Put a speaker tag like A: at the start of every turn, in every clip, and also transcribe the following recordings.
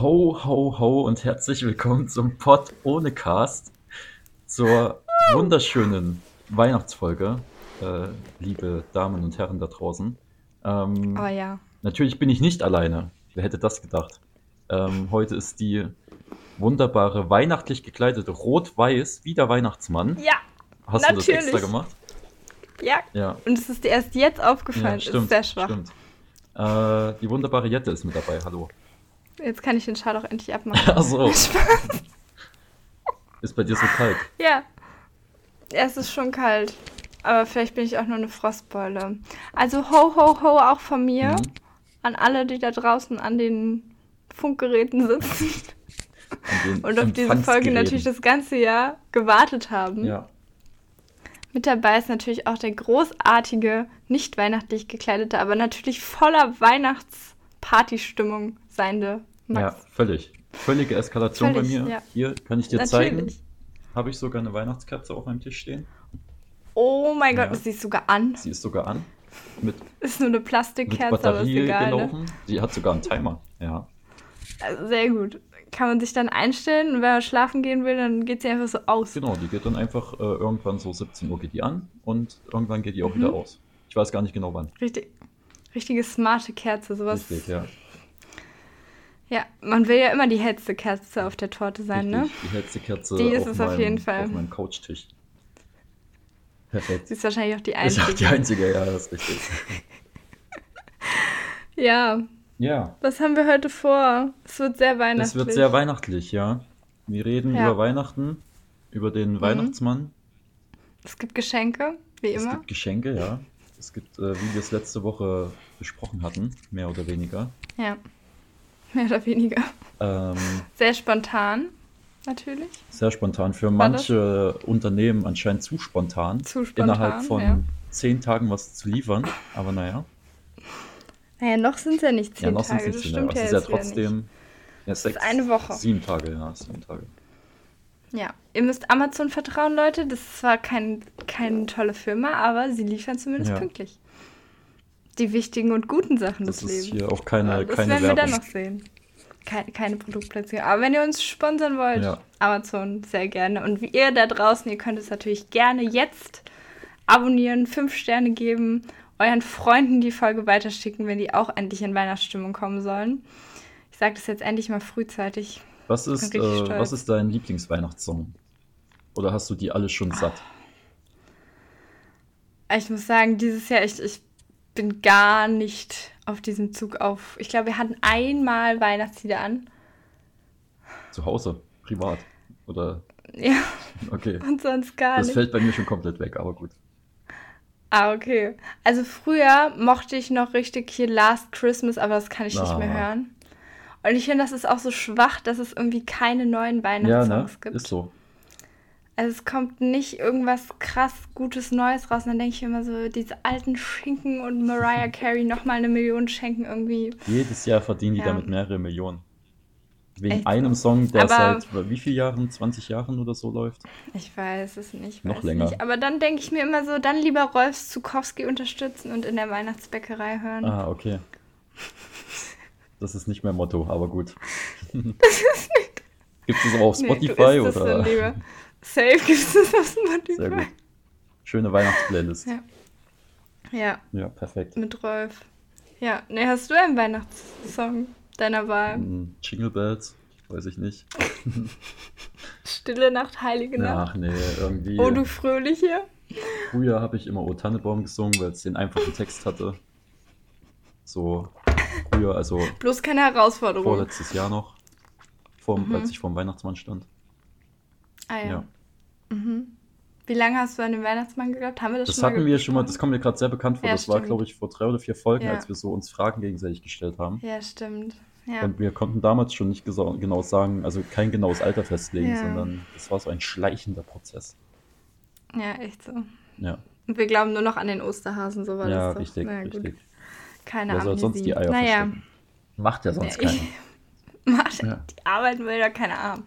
A: Ho, ho, ho und herzlich willkommen zum Pod ohne Cast, zur wunderschönen Weihnachtsfolge, äh, liebe Damen und Herren da draußen. Ähm,
B: Oh ja.
A: Natürlich bin ich nicht alleine, wer hätte das gedacht. Ähm, heute ist die wunderbare, weihnachtlich gekleidete, rot-weiß, wie der Weihnachtsmann.
B: Ja,
A: Hast du das
B: natürlich.
A: extra gemacht?
B: ja.
A: Ja.
B: Und es ist dir erst jetzt aufgefallen.
A: ja stimmt,
B: ist sehr schwach.
A: stimmt. Äh, die wunderbare Jette ist mit dabei, hallo.
B: Jetzt kann ich den Schal auch endlich abmachen.
A: Ach so,
B: Spaß.
A: ist bei dir so kalt.
B: ja. Ja, Es ist schon kalt. Aber vielleicht bin ich auch nur eine Frostbeule. Also ho, ho, ho auch von mir.
A: Mhm.
B: An alle, die da draußen an den Funkgeräten sitzen
A: an den
B: und auf diese Folge
A: Empfangsgeräten.
B: natürlich das ganze Jahr gewartet haben.
A: Ja,
B: Mit dabei ist natürlich auch der großartige, nicht weihnachtlich gekleidete, aber natürlich voller Weihnachtspartystimmung seiende
A: ja,
B: Max.
A: völlig. Völlige Eskalation
B: Völlig,
A: bei mir.
B: ja.
A: Hier kann ich dir zeigen,
B: natürlich.
A: habe ich sogar eine Weihnachtskerze auf meinem Tisch stehen.
B: Oh mein Gott,
A: Ja.
B: das siehst du sogar an.
A: Sie ist sogar an. Mit,
B: Ist nur eine
A: mit
B: Plastikkerze, aber ist
A: Batterie
B: egal. Ne?
A: gelaufen. Sie hat sogar einen Timer. Ja.
B: Also sehr gut. Kann man sich dann einstellen und wenn man schlafen gehen will, dann geht sie einfach so aus.
A: Genau, die geht dann einfach äh, irgendwann so 17 Uhr geht die an und irgendwann geht die auch
B: Mhm.
A: wieder aus. Ich weiß gar nicht genau wann.
B: Richtig, richtige smarte Kerze, sowas.
A: Richtig, ja.
B: ja. man will ja immer die hellste Kerze auf der Torte sein, ne?
A: Richtig. Die hellste Kerze
B: Die ist
A: auf,
B: es auf
A: meinem,
B: jeden Fall.
A: auf meinem Couchtisch. Perfekt.
B: Sie ist wahrscheinlich auch die
A: Ist auch
B: einzige.
A: die einzige, ja, das ist richtig.
B: Ja,
A: Ja.
B: was haben wir heute vor? Es wird sehr weihnachtlich.
A: Es wird sehr weihnachtlich, ja. Wir reden
B: Ja.
A: über Weihnachten, über den Weihnnachtmann.
B: Es gibt Geschenke, wie
A: Es
B: immer.
A: gibt Geschenke, ja. Es gibt, äh, wie wir es letzte Woche besprochen hatten, mehr oder weniger.
B: Ja. Mehr oder weniger.
A: Ähm,
B: Sehr spontan, natürlich.
A: sehr spontan. Für
B: War das-
A: manche Unternehmen anscheinend zu spontan,
B: Zu spontan,
A: innerhalb von
B: ja.
A: zehn Tagen was zu liefern. Aber naja,
B: Naja, noch sind es ja nicht zehn
A: ja, noch sind
B: Tage.
A: es
B: das
A: nicht
B: stimmt
A: aber
B: ja,
A: es ist
B: jetzt
A: ja
B: wieder Nicht.
A: trotzdem. Ja, sechs,
B: eine Woche.
A: Sieben Tage, ja, sieben Tage.
B: Ja, ihr müsst Amazon vertrauen, Leute. Das ist zwar kein, keine tolle Firma, aber sie liefern zumindest
A: Ja.
B: pünktlich. Die wichtigen und guten Sachen
A: Das
B: des
A: ist
B: Lebens.
A: hier auch keine,
B: Ja, das
A: keine
B: werden wir dann
A: Werbung.
B: noch sehen. Keine, keine Produktplatzierung. Aber wenn ihr uns sponsern wollt,
A: Ja.
B: Amazon sehr gerne. Und wie ihr da draußen, ihr könnt es natürlich gerne jetzt abonnieren, fünf Sterne geben, euren Freunden die Folge weiterschicken, wenn die auch endlich in Weihnachtsstimmung kommen sollen. Ich sage das jetzt endlich mal frühzeitig.
A: Was ist, äh,
B: bin richtig stolz.
A: was ist dein Lieblingsweihnachtssong? Oder hast du die alle schon
B: Ah.
A: satt?
B: Ich muss sagen, dieses Jahr, ich, ich bin gar nicht auf diesem Zug auf. Ich glaube, wir hatten einmal Weihnachtslieder an.
A: Zu Hause, privat? Oder,
B: Ja,
A: okay.
B: und sonst gar
A: Das
B: nicht.
A: fällt bei mir schon komplett weg, aber gut.
B: Ah, okay. Also früher mochte ich noch richtig hier Last Christmas, aber das kann ich nicht
A: Ah.
B: mehr hören. Und ich finde, das ist auch so schwach, dass es irgendwie keine neuen
A: Ja,
B: Weihnachtssongs
A: ne?
B: gibt.
A: Ist so.
B: Also es kommt nicht irgendwas krass Gutes Neues raus. Und dann denke ich immer so, diese alten Schinken und Mariah Carey nochmal eine Million schenken irgendwie.
A: Jedes Jahr verdienen die
B: Ja.
A: damit mehrere Millionen. Wegen
B: Echt so.
A: einem Song, der
B: Aber-
A: seit wie vielen Jahren, 20 Jahren oder so läuft?
B: Ich weiß es nicht.
A: Noch
B: weiß
A: länger.
B: Nicht. Aber dann denke ich mir immer so, dann lieber Rolf Zukowski unterstützen und in der Weihnachtsbäckerei hören.
A: Ah, okay. Das ist nicht mein Motto, aber gut. Gibt es auch auf
B: Nee, du
A: Spotify
B: isst es
A: oder?
B: dann lieber. Safe gibst du es auf Spotify.
A: Sehr gut. Schöne Weihnachtsplaylist.
B: Ja. Ja,
A: ja perfekt.
B: mit Rolf. Ja, ne, hast du einen Weihnachtssong deiner Wahl?
A: Mm, Jingle Bells, weiß ich nicht.
B: Stille Nacht, Heilige Nacht.
A: Ach nee, irgendwie.
B: Genau. Oh, du Fröhliche.
A: Früher habe ich immer O Tannebaum gesungen, weil es den einfachen Text hatte. So früher, also
B: Bloß keine Herausforderung.
A: vorletztes Jahr noch, vorm,
B: Mhm.
A: als ich vorm Weihnachtsmann stand.
B: Ah, ja. Mhm.
A: Ja.
B: Wie lange hast du an den Weihnachtsmann geglaubt? Haben wir das,
A: Das
B: schon mal
A: hatten wir schon mal, das
B: besprochen?
A: kommt mir gerade sehr bekannt vor.
B: Ja,
A: das war,
B: stimmt.
A: glaube ich, vor drei oder vier Folgen,
B: Ja.
A: als wir so uns Fragen gegenseitig gestellt haben.
B: Ja, stimmt. Ja.
A: Und wir konnten damals schon nicht gesa- genau sagen, also kein genaues Alter festlegen,
B: Ja.
A: sondern das war so ein schleichender Prozess.
B: ja, echt so.
A: Ja,
B: Und wir glauben nur noch an den Osterhasen, so war
A: ja
B: das doch.
A: richtig,
B: Na, gut.
A: richtig.
B: Keine
A: Wer soll
B: Amnesie.
A: sonst die Eier
B: naja,
A: verstecken? Macht ja sonst
B: Ja,
A: keiner.
B: Macht,
A: Ja.
B: die arbeiten will da keine Arm.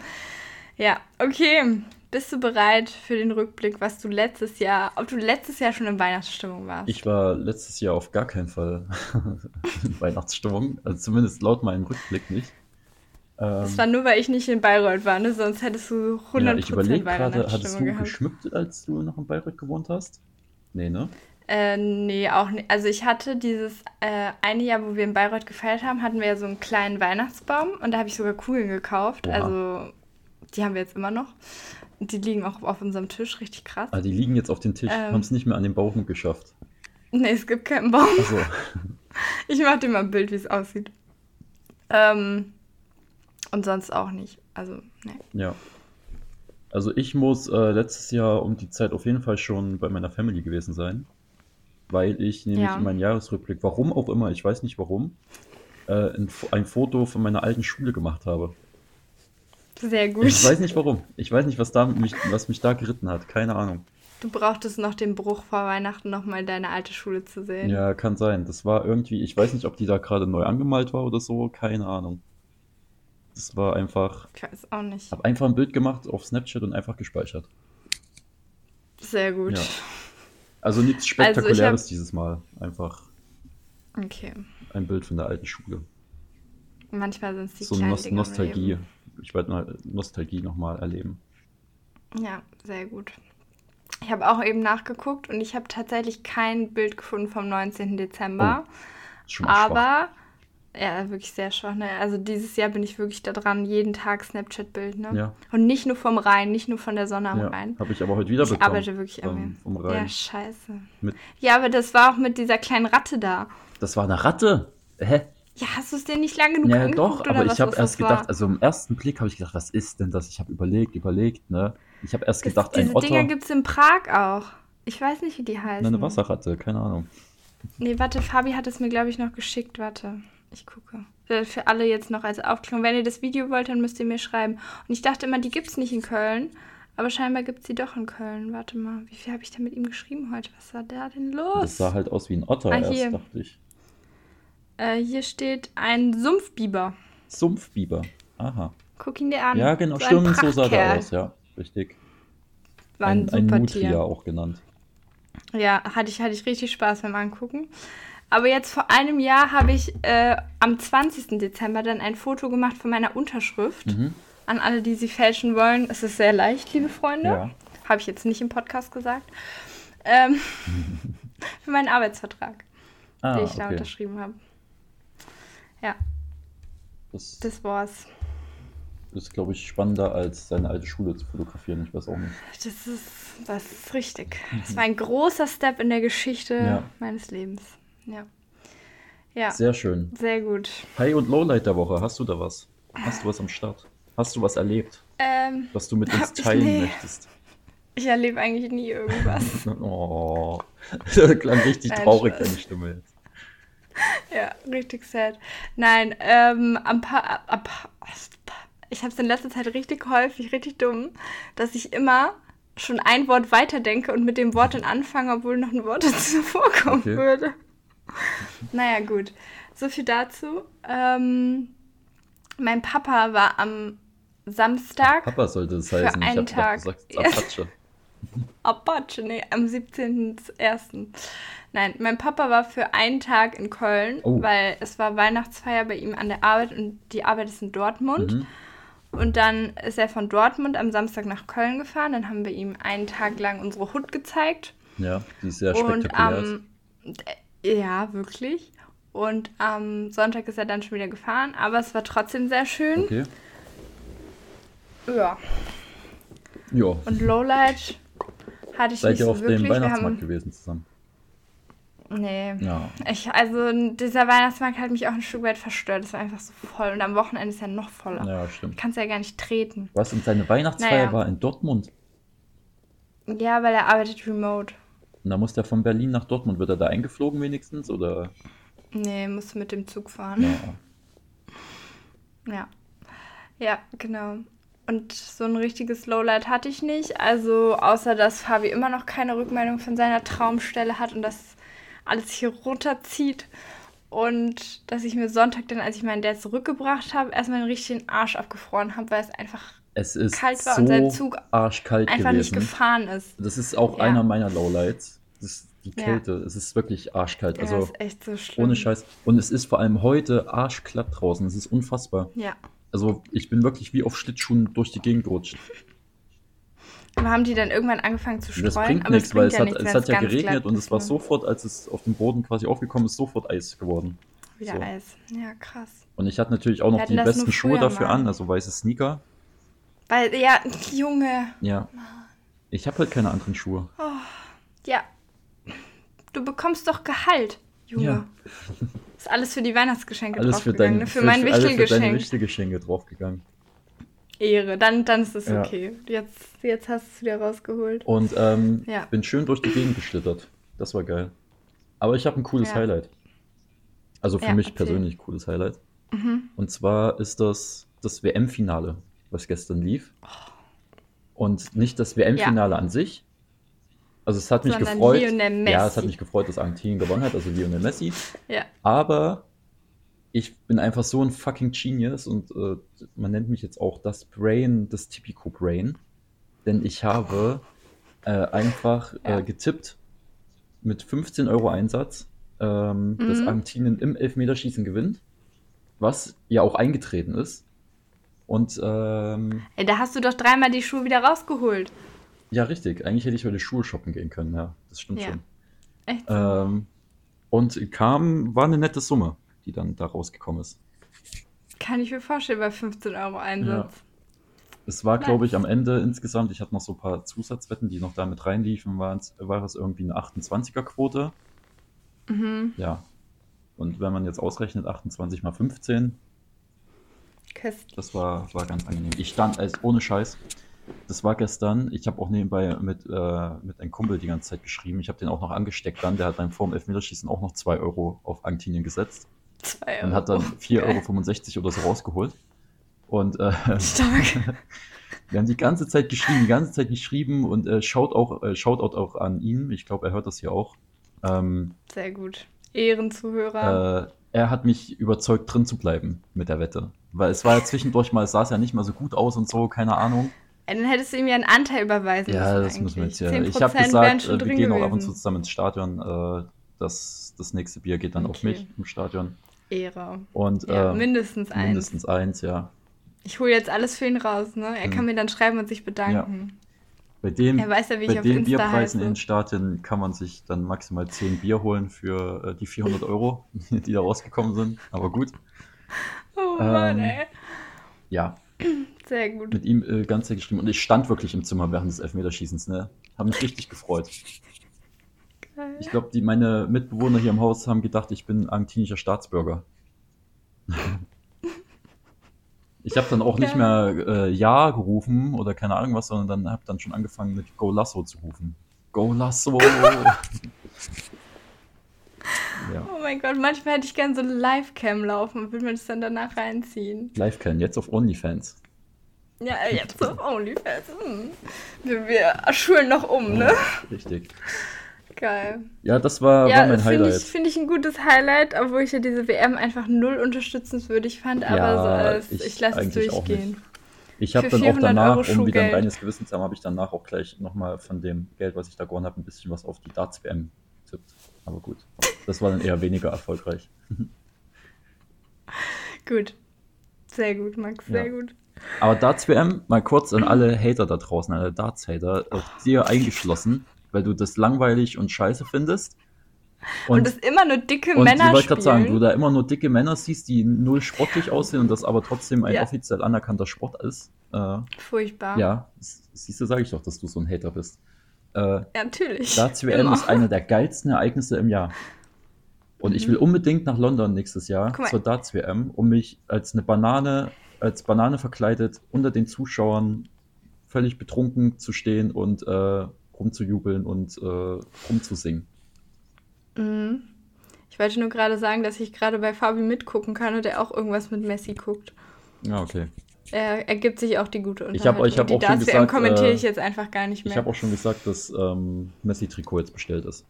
B: Ja, okay. Bist du bereit für den Rückblick, was du letztes Jahr, ob du letztes Jahr schon in Weihnachtsstimmung warst?
A: Ich war letztes Jahr auf gar keinen Fall in Weihnachtsstimmung, also zumindest laut meinem Rückblick nicht.
B: Das war nur, weil ich nicht in Bayreuth war, ne? sonst hättest du 100%
A: ja, ich überlege gerade, hattest du
B: Weihnachtsstimmung gehabt.
A: geschmückt, als du noch in Bayreuth gewohnt hast? Nee, ne?
B: Äh, nee, auch nicht. Also ich hatte dieses äh, eine Jahr, wo wir in Bayreuth gefeiert haben, hatten wir ja so einen kleinen Weihnachtsbaum und da habe ich sogar Kugeln gekauft.
A: Oha.
B: Also die haben wir jetzt immer noch. Die liegen auch auf unserem Tisch, richtig krass.
A: Ah, die liegen jetzt auf dem Tisch,
B: Ähm.
A: haben es nicht mehr an den Baum geschafft.
B: Nee, es gibt keinen Baum.
A: Also,
B: Ich mache dir mal ein Bild, wie es aussieht. Ähm, und sonst auch nicht. Also, nee.
A: ja. Also ich muss äh, letztes Jahr um die Zeit auf jeden Fall schon bei meiner Family gewesen sein, weil ich nämlich
B: Ja.
A: in meinem Jahresrückblick, warum auch immer, ich weiß nicht warum, äh, ein, Fo- ein Foto von meiner alten Schule gemacht habe.
B: Sehr gut.
A: Ich weiß nicht warum. Ich weiß nicht, was, da mich, was mich da geritten hat. Keine Ahnung.
B: Du brauchtest noch den Bruch vor Weihnachten, nochmal deine alte Schule zu sehen.
A: Ja, kann sein. Das war irgendwie, ich weiß nicht, ob die da gerade neu angemalt war oder so, keine Ahnung. Das war einfach,
B: Ich weiß auch nicht.
A: hab einfach ein Bild gemacht auf Snapchat und einfach gespeichert.
B: Sehr gut.
A: Ja. Also nichts
B: ich hab-
A: Spektakuläres dieses Mal. Einfach
B: Okay.
A: ein Bild von der alten Schule.
B: Manchmal sind es die
A: so
B: kleinen
A: Nos
B: Dinge im
A: Nostalgie.
B: Leben.
A: Ich werde mal Nostalgie nochmal erleben.
B: Ja, sehr gut. Ich habe auch eben nachgeguckt und ich habe tatsächlich kein Bild gefunden vom 19. Dezember.
A: Oh, Ist schon mal schwach.
B: aber, ja, wirklich sehr schwach. Ne? Also dieses Jahr bin ich wirklich da dran, jeden Tag Snapchat-Bild. Ne?
A: Ja.
B: Und nicht nur vom Rhein, nicht nur von der Sonne am
A: Ja,
B: Rhein.
A: habe ich aber heute wieder
B: Ich
A: bekommen. Ähm, um
B: arbeite wirklich an mir.
A: vom, vom
B: Ja,
A: Rhein.
B: scheiße.
A: Mit,
B: Ja, aber das war auch mit dieser kleinen Ratte da.
A: das war eine Ratte. Hä?
B: Ja, hast du es dir nicht lang genug
A: Ja,
B: angeguckt
A: doch,
B: oder
A: aber
B: was?
A: ich habe
B: was
A: erst
B: das
A: gedacht,
B: war?
A: also im ersten Blick habe ich gedacht, was ist denn das? Ich habe überlegt, überlegt, ne? Ich habe erst
B: Das,
A: gedacht,
B: diese
A: ein Otter,
B: Dinger gibt es in Prag auch. Ich weiß nicht, wie die heißen.
A: Nein, eine Wasserratte, keine Ahnung.
B: Nee, warte, Fabi hat es mir, glaube ich, noch geschickt. Warte, ich gucke. Für, für alle jetzt noch als Aufklärung. Wenn ihr das Video wollt, dann müsst ihr mir schreiben. Und ich dachte immer, die gibt's nicht in Köln. Aber scheinbar gibt's die doch in Köln. Warte mal, wie viel habe ich da mit ihm geschrieben heute? Was war da denn
A: Das
B: los?
A: sah halt aus wie ein Otter
B: Ah,
A: erst,
B: hier.
A: dachte ich.
B: äh, hier steht ein Sumpfbiber.
A: Sumpfbiber. Aha.
B: Guck ihn dir an.
A: Ja, genau,
B: So ein
A: stimmt, so sah der
B: Prachtkerl.
A: aus, ja. Richtig.
B: War ein,
A: ein
B: super
A: Nutria
B: Tier.
A: auch genannt.
B: Ja, hatte ich, hatte ich richtig Spaß beim Angucken. Aber jetzt vor einem Jahr habe ich äh, am 20. Dezember dann ein Foto gemacht von meiner Unterschrift.
A: Mhm.
B: An alle, die sie fälschen wollen, es ist sehr leicht, liebe Freunde.
A: Ja.
B: Habe ich jetzt nicht im Podcast gesagt. Ähm, für meinen Arbeitsvertrag,
A: Ah,
B: den ich da
A: okay.
B: unterschrieben habe. Ja,
A: Das
B: das war's.
A: ist, glaube ich, spannender als seine alte Schule zu fotografieren. Ich weiß auch nicht.
B: Das ist, das ist richtig. Das war ein großer Step in der Geschichte
A: Mhm. Ja.
B: meines Lebens. Ja. Ja,
A: Sehr schön.
B: sehr gut.
A: High und Lowlight der Woche. Hast du da was? Hast du was am Start? Hast du was erlebt,
B: Ähm,
A: was du mit uns
B: Hab ich
A: teilen
B: nicht.
A: möchtest?
B: ich erlebe eigentlich nie irgendwas.
A: Oh, das klang richtig
B: Nein,
A: traurig,
B: Spaß.
A: deine Stimme jetzt.
B: Ja, richtig sad. Nein, ähm, ein paar, ein paar, ich habe es in letzter Zeit richtig häufig, richtig dumm, dass ich immer schon ein Wort weiterdenke und mit dem Wort dann anfange, obwohl noch ein Wort dazu vorkommen
A: Okay.
B: würde. Naja, gut. So viel dazu. Ähm, mein Papa war am Samstag,
A: Papa sollte es
B: Für
A: heißen.
B: einen
A: ich habe
B: Tag.
A: gesagt, es ist
B: Ja.
A: Apache.
B: Apache, nee, am 17.01. Nein, mein Papa war für einen Tag in Köln,
A: Oh.
B: weil es war Weihnachtsfeier bei ihm an der Arbeit und die Arbeit ist in Dortmund.
A: Mhm.
B: Und dann ist er von Dortmund am Samstag nach Köln gefahren. Dann haben wir ihm einen Tag lang unsere Hut gezeigt.
A: Ja, die ist sehr
B: Und
A: spektakulär. ist.
B: am. ja, wirklich. Und am Sonntag ist er dann schon wieder gefahren. Aber es war trotzdem sehr schön.
A: okay.
B: Ja.
A: Ja,
B: Und Lowlight hatte ich
A: seid
B: nicht
A: ihr
B: so
A: auf
B: wirklich.
A: dem
B: wir
A: Weihnachtsmarkt
B: haben.
A: gewesen zusammen?
B: Nee.
A: Ja.
B: Ich, also dieser Weihnachtsmarkt hat mich auch ein Stück weit verstört. Es war einfach so voll. Und am Wochenende ist ja noch voller.
A: Ja, stimmt.
B: Kannst ja gar nicht treten.
A: Was und seine Weihnachtsfeier
B: Genau. Naja.
A: war in Dortmund.
B: Ja, weil er arbeitet remote.
A: Und da muss der von Berlin nach Dortmund. Wird er da eingeflogen wenigstens? Oder?
B: Nee, musst mit dem Zug fahren.
A: Ja.
B: Ja. Ja, genau. Und so ein richtiges Lowlight hatte ich nicht. Also, außer dass Fabi immer noch keine Rückmeldung von seiner Traumstelle hat und das alles hier runterzieht. Und dass ich mir Sonntag dann, als ich meinen Dad zurückgebracht habe, erstmal den richtigen Arsch abgefroren habe, weil es einfach,
A: Es ist
B: Kalt war
A: so
B: und sein Zug
A: arschkalt
B: einfach nicht
A: gewesen.
B: gefahren ist.
A: das ist auch
B: Ja.
A: einer meiner Lowlights. Das ist die
B: Ja.
A: Kälte. Es ist wirklich arschkalt.
B: Ja,
A: also
B: ist echt so schlimm.
A: ohne Scheiß. Und es ist vor allem heute arschglatt draußen. Es ist unfassbar.
B: Ja,
A: Also ich bin wirklich wie auf Schlittschuhen durch die Gegend gerutscht.
B: Aber haben die dann irgendwann angefangen zu streuen?
A: Das bringt
B: Aber
A: nichts, weil
B: bringt
A: es hat,
B: nichts,
A: es
B: wenn
A: hat ja
B: ganz glatt
A: geregnet und es war
B: ist, ne?
A: sofort, als es auf dem Boden quasi aufgekommen ist, sofort Eis geworden.
B: Wieder
A: so.
B: Eis. Ja, krass.
A: Und ich hatte natürlich auch noch
B: hatten
A: die
B: das nur
A: besten Schuhe
B: früher
A: dafür
B: mal.
A: an, also weiße Sneaker.
B: Weil, ja, Junge.
A: Ja. Ich habe halt keine anderen Schuhe.
B: Ja. Du bekommst doch Gehalt, Junge.
A: Ja.
B: Ist alles für die Weihnachtsgeschenke
A: Alles für dein
B: draufgegangen, ne? für
A: alle
B: mein
A: für deine
B: Wichtelgeschenk.
A: Wichtelgeschenke draufgegangen.
B: Ehre. Dann, dann ist es
A: Ja.
B: okay. Jetzt, jetzt hast du es wieder rausgeholt.
A: Und ähm,
B: Ja.
A: bin schön durch die Gegend geschlittert. Das war geil. Aber ich habe ein cooles
B: Ja.
A: Highlight. Also für
B: Ja,
A: mich
B: erzähl.
A: persönlich ein cooles Highlight.
B: Mhm.
A: Und zwar ist das das WM-Finale, was gestern lief. Und nicht das WM-Finale an sich. Also es hat mich
B: Sondern
A: gefreut.
B: Lionel
A: Ja, es hat
B: Messi.
A: mich gefreut, dass Argentinien gewonnen hat, also Lionel Messi.
B: Ja.
A: Aber ich bin einfach so ein fucking Genius und äh, man nennt mich jetzt auch das Brain, das Tipico Brain. Denn ich habe äh, einfach
B: Ja.
A: äh, getippt mit 15 Euro Einsatz, ähm, dass
B: Mhm.
A: Argentinien im Elfmeterschießen gewinnt, was ja auch eingetreten ist. Und ähm,
B: Ey, da hast du doch dreimal die Schuhe wieder rausgeholt.
A: ja, richtig, eigentlich hätte ich heute Schuhe shoppen gehen können, ja, das stimmt
B: Ja.
A: schon.
B: Echt?
A: Ähm, und kam, war eine nette Summe, die dann da rausgekommen ist.
B: Kann ich mir vorstellen bei 15 Euro Einsatz.
A: Es war,
B: Nice.
A: glaube ich, am Ende insgesamt, ich hatte noch so ein paar Zusatzwetten, die noch damit reinliefen, waren's, war es irgendwie eine 28er-Quote.
B: Mhm.
A: Ja. Und wenn man jetzt ausrechnet, 28 mal 15,
B: Köstlich.
A: das war, war ganz angenehm. Ich stand als ohne Scheiß. Das war gestern. Ich habe auch nebenbei mit, äh, mit einem Kumpel die ganze Zeit geschrieben. Ich habe den auch noch angesteckt dann. Der hat dann vor dem Elfmeterschießen auch noch 2 Euro auf Argentinien gesetzt
B: Zwei Euro.
A: und hat dann 4,65 Euro oder so rausgeholt. Und äh,
B: Stark.
A: Wir haben die ganze Zeit geschrieben, die ganze Zeit geschrieben und äh, schaut auch, äh, Shoutout auch an ihn. Ich glaube, er hört das hier auch. Ähm,
B: Sehr gut. Ehrenzuhörer.
A: äh, er hat mich überzeugt, drin zu bleiben mit der Wette. Weil es war ja zwischendurch mal, es sah ja nicht mal so gut aus und so, keine Ahnung.
B: Ey, Äh, dann hättest du ihm ja einen Anteil überweisen
A: Ja,
B: müssen.
A: das müssen wir jetzt ja.
B: eigentlich.
A: Ich habe
B: 10% wären
A: gesagt,
B: schon
A: äh, wir
B: drin
A: gehen auch ab und zu
B: gewesen.
A: zusammen ins Stadion. Äh, das, das nächste Bier geht dann auf
B: Okay.
A: mich im Stadion.
B: Ehre.
A: Und
B: Ja,
A: äh,
B: mindestens eins.
A: mindestens eins, ja.
B: Ich hole jetzt alles für ihn raus, ne? Er
A: Mhm.
B: kann mir dann schreiben und sich bedanken.
A: Bei dem,
B: Er weiß ja, wie
A: bei
B: ich auf
A: den
B: Insta halt
A: Bierpreisen
B: heiße.
A: in den Staaten kann man sich dann maximal 10 Bier holen für äh, die 400 Euro, die da rausgekommen sind. Aber gut,
B: Oh Mann,
A: Ähm,
B: ey.
A: ja,
B: Sehr gut.
A: mit ihm äh, ganz sehr geschrieben. Und ich stand wirklich im Zimmer während des Elfmeterschießens, ne? Hab mich richtig gefreut.
B: Geil.
A: Ich glaube, die meine Mitbewohner hier im Haus haben gedacht, ich bin argentinischer Staatsbürger. Ich habe dann auch nicht mehr äh, Ja gerufen oder keine Ahnung was, sondern dann habe dann schon angefangen mit Go Lasso zu rufen. Go Lasso! ja.
B: Oh mein Gott, manchmal hätte ich gern so eine Live-Cam laufen und würde mir das dann danach reinziehen.
A: Live-Can, jetzt auf OnlyFans.
B: Ja, äh, jetzt auf OnlyFans. Hm. Wir, wir schulen noch um, ne?
A: Richtig.
B: Geil.
A: Ja, das war, war
B: Ja,
A: mein
B: finde
A: Highlight.
B: ich, find ich ein gutes Highlight, obwohl ich ja diese WM einfach null unterstützenswürdig fand, aber
A: Ja,
B: so als,
A: ich
B: ich, lasse es
A: eigentlich auch
B: durchgehen.
A: Ich habe
B: Für
A: dann auch
B: 400
A: danach, um
B: Euro
A: wieder ein
B: Schulgeld.
A: reines Gewissen zu haben, habe ich danach auch gleich nochmal von dem Geld, was ich da gewonnen habe, ein bisschen was auf die Darts-WM getippt. Aber gut, das war dann eher weniger erfolgreich.
B: Gut. Sehr gut, Max, sehr
A: Ja.
B: gut.
A: Aber Darts-WM, mal kurz an alle Hater da draußen, alle Darts-Hater, auch dir eingeschlossen, weil du das langweilig und scheiße findest.
B: Und, das immer nur dicke
A: Und
B: Männer
A: ich wollte gerade sagen, du
B: spielen.
A: da immer nur dicke Männer siehst, die null sportlich aussehen und das aber trotzdem ein
B: Ja. Ah.
A: offiziell anerkannter Sport ist. Äh, ja,
B: Furchtbar.
A: s- siehst du, sage ich doch, dass du so ein Hater bist. Äh,
B: Ja, natürlich.
A: Darts WM
B: Immer.
A: ist einer der geilsten Ereignisse im Jahr. Und ich will unbedingt nach London nächstes Jahr
B: Mhm. Guck mal.
A: zur Darts WM, um mich als eine Banane, als Banane verkleidet unter den Zuschauern völlig betrunken zu stehen und äh, rumzujubeln und äh, rumzusingen.
B: Mhm. Ich wollte nur gerade sagen, dass ich gerade bei Fabi mitgucken kann und er auch irgendwas mit Messi guckt.
A: Ja, Ah, okay.
B: Er ergibt sich auch die gute
A: Ich hab-
B: Unterhaltung.
A: ich hab
B: die
A: auch schon
B: Darts-WM
A: gesagt,
B: kommentiere
A: äh,
B: ich jetzt einfach gar nicht
A: Ich
B: mehr.
A: habe auch schon gesagt, dass ähm, Messi-Trikot jetzt bestellt ist.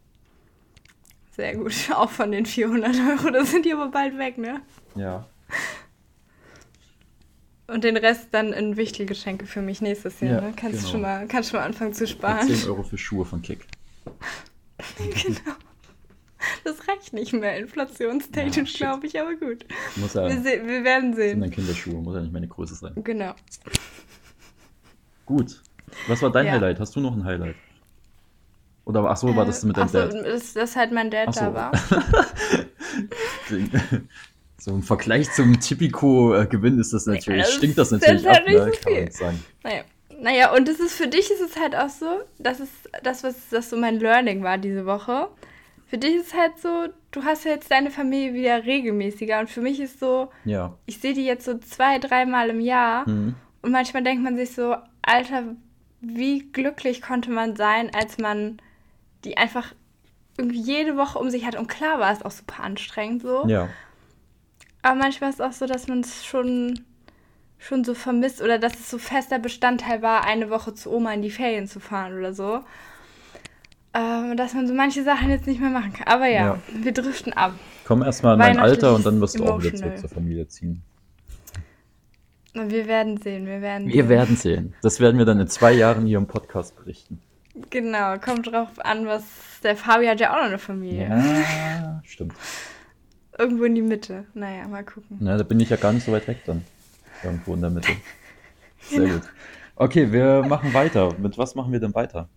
B: Sehr gut. Auch von den 400 Euro. Das sind die aber bald weg, ne?
A: Ja.
B: Und den Rest dann in Wichtelgeschenke für mich nächstes
A: Ja,
B: Jahr, ne? Kannst
A: genau.
B: du schon mal, kannst schon mal anfangen zu sparen.
A: 10 Euro für Schuhe von Kick.
B: genau. das Recht nicht mehr, inflationstechnisch,
A: Ja, shit.
B: glaube ich, aber gut.
A: Muss ja,
B: Wir,
A: das
B: se wir werden
A: sind dann
B: sehen.
A: Kinderschuhe, muss ja nicht meine Größe sein.
B: Genau.
A: Gut. Was war dein
B: Ja.
A: Highlight? Hast du noch ein Highlight? Oder ach so, war das mit
B: Äh,
A: deinem
B: ach so,
A: Dad?
B: Dass, dass halt mein Dad
A: Ach so.
B: da war.
A: so im Vergleich zum Typico-Gewinn ist das natürlich,
B: das
A: stinkt das
B: ist
A: natürlich
B: halt
A: ab,
B: nicht
A: ne?
B: so
A: Kann man
B: viel.
A: jetzt sagen.
B: Naja. Naja, und es ist für dich ist es halt auch so, das ist das, was das so mein Learning war diese Woche. Für dich ist es halt so, du hast ja jetzt deine Familie wieder regelmäßiger und für mich ist so,
A: Ja.
B: ich sehe die jetzt so zwei, dreimal im Jahr
A: Hm.
B: und manchmal denkt man sich so, Alter, wie glücklich konnte man sein, als man die einfach irgendwie jede Woche um sich hat und klar war es auch super anstrengend so.
A: Ja.
B: Aber manchmal ist es auch so, dass man es schon, schon so vermisst oder dass es so fester Bestandteil war, eine Woche zu Oma in die Ferien zu fahren oder so. Ähm, dass man so manche Sachen jetzt nicht mehr machen kann. Aber ja,
A: Ja.
B: wir driften ab.
A: Komm erstmal in mein Alter und dann wirst du auch wieder zurück
B: Emotional.
A: zur Familie ziehen.
B: Und wir werden sehen, wir werden
A: Wir
B: sehen.
A: werden sehen. Das werden wir dann in zwei Jahren hier im Podcast berichten.
B: Genau, kommt drauf an, was. Der Fabi hat ja auch noch eine Familie.
A: Ja, stimmt.
B: Irgendwo in die Mitte. Naja, mal gucken.
A: Na, Ne, da bin ich ja gar nicht so weit weg dann. Irgendwo in der Mitte. Sehr gut. Okay, wir machen weiter. Mit was machen wir denn weiter?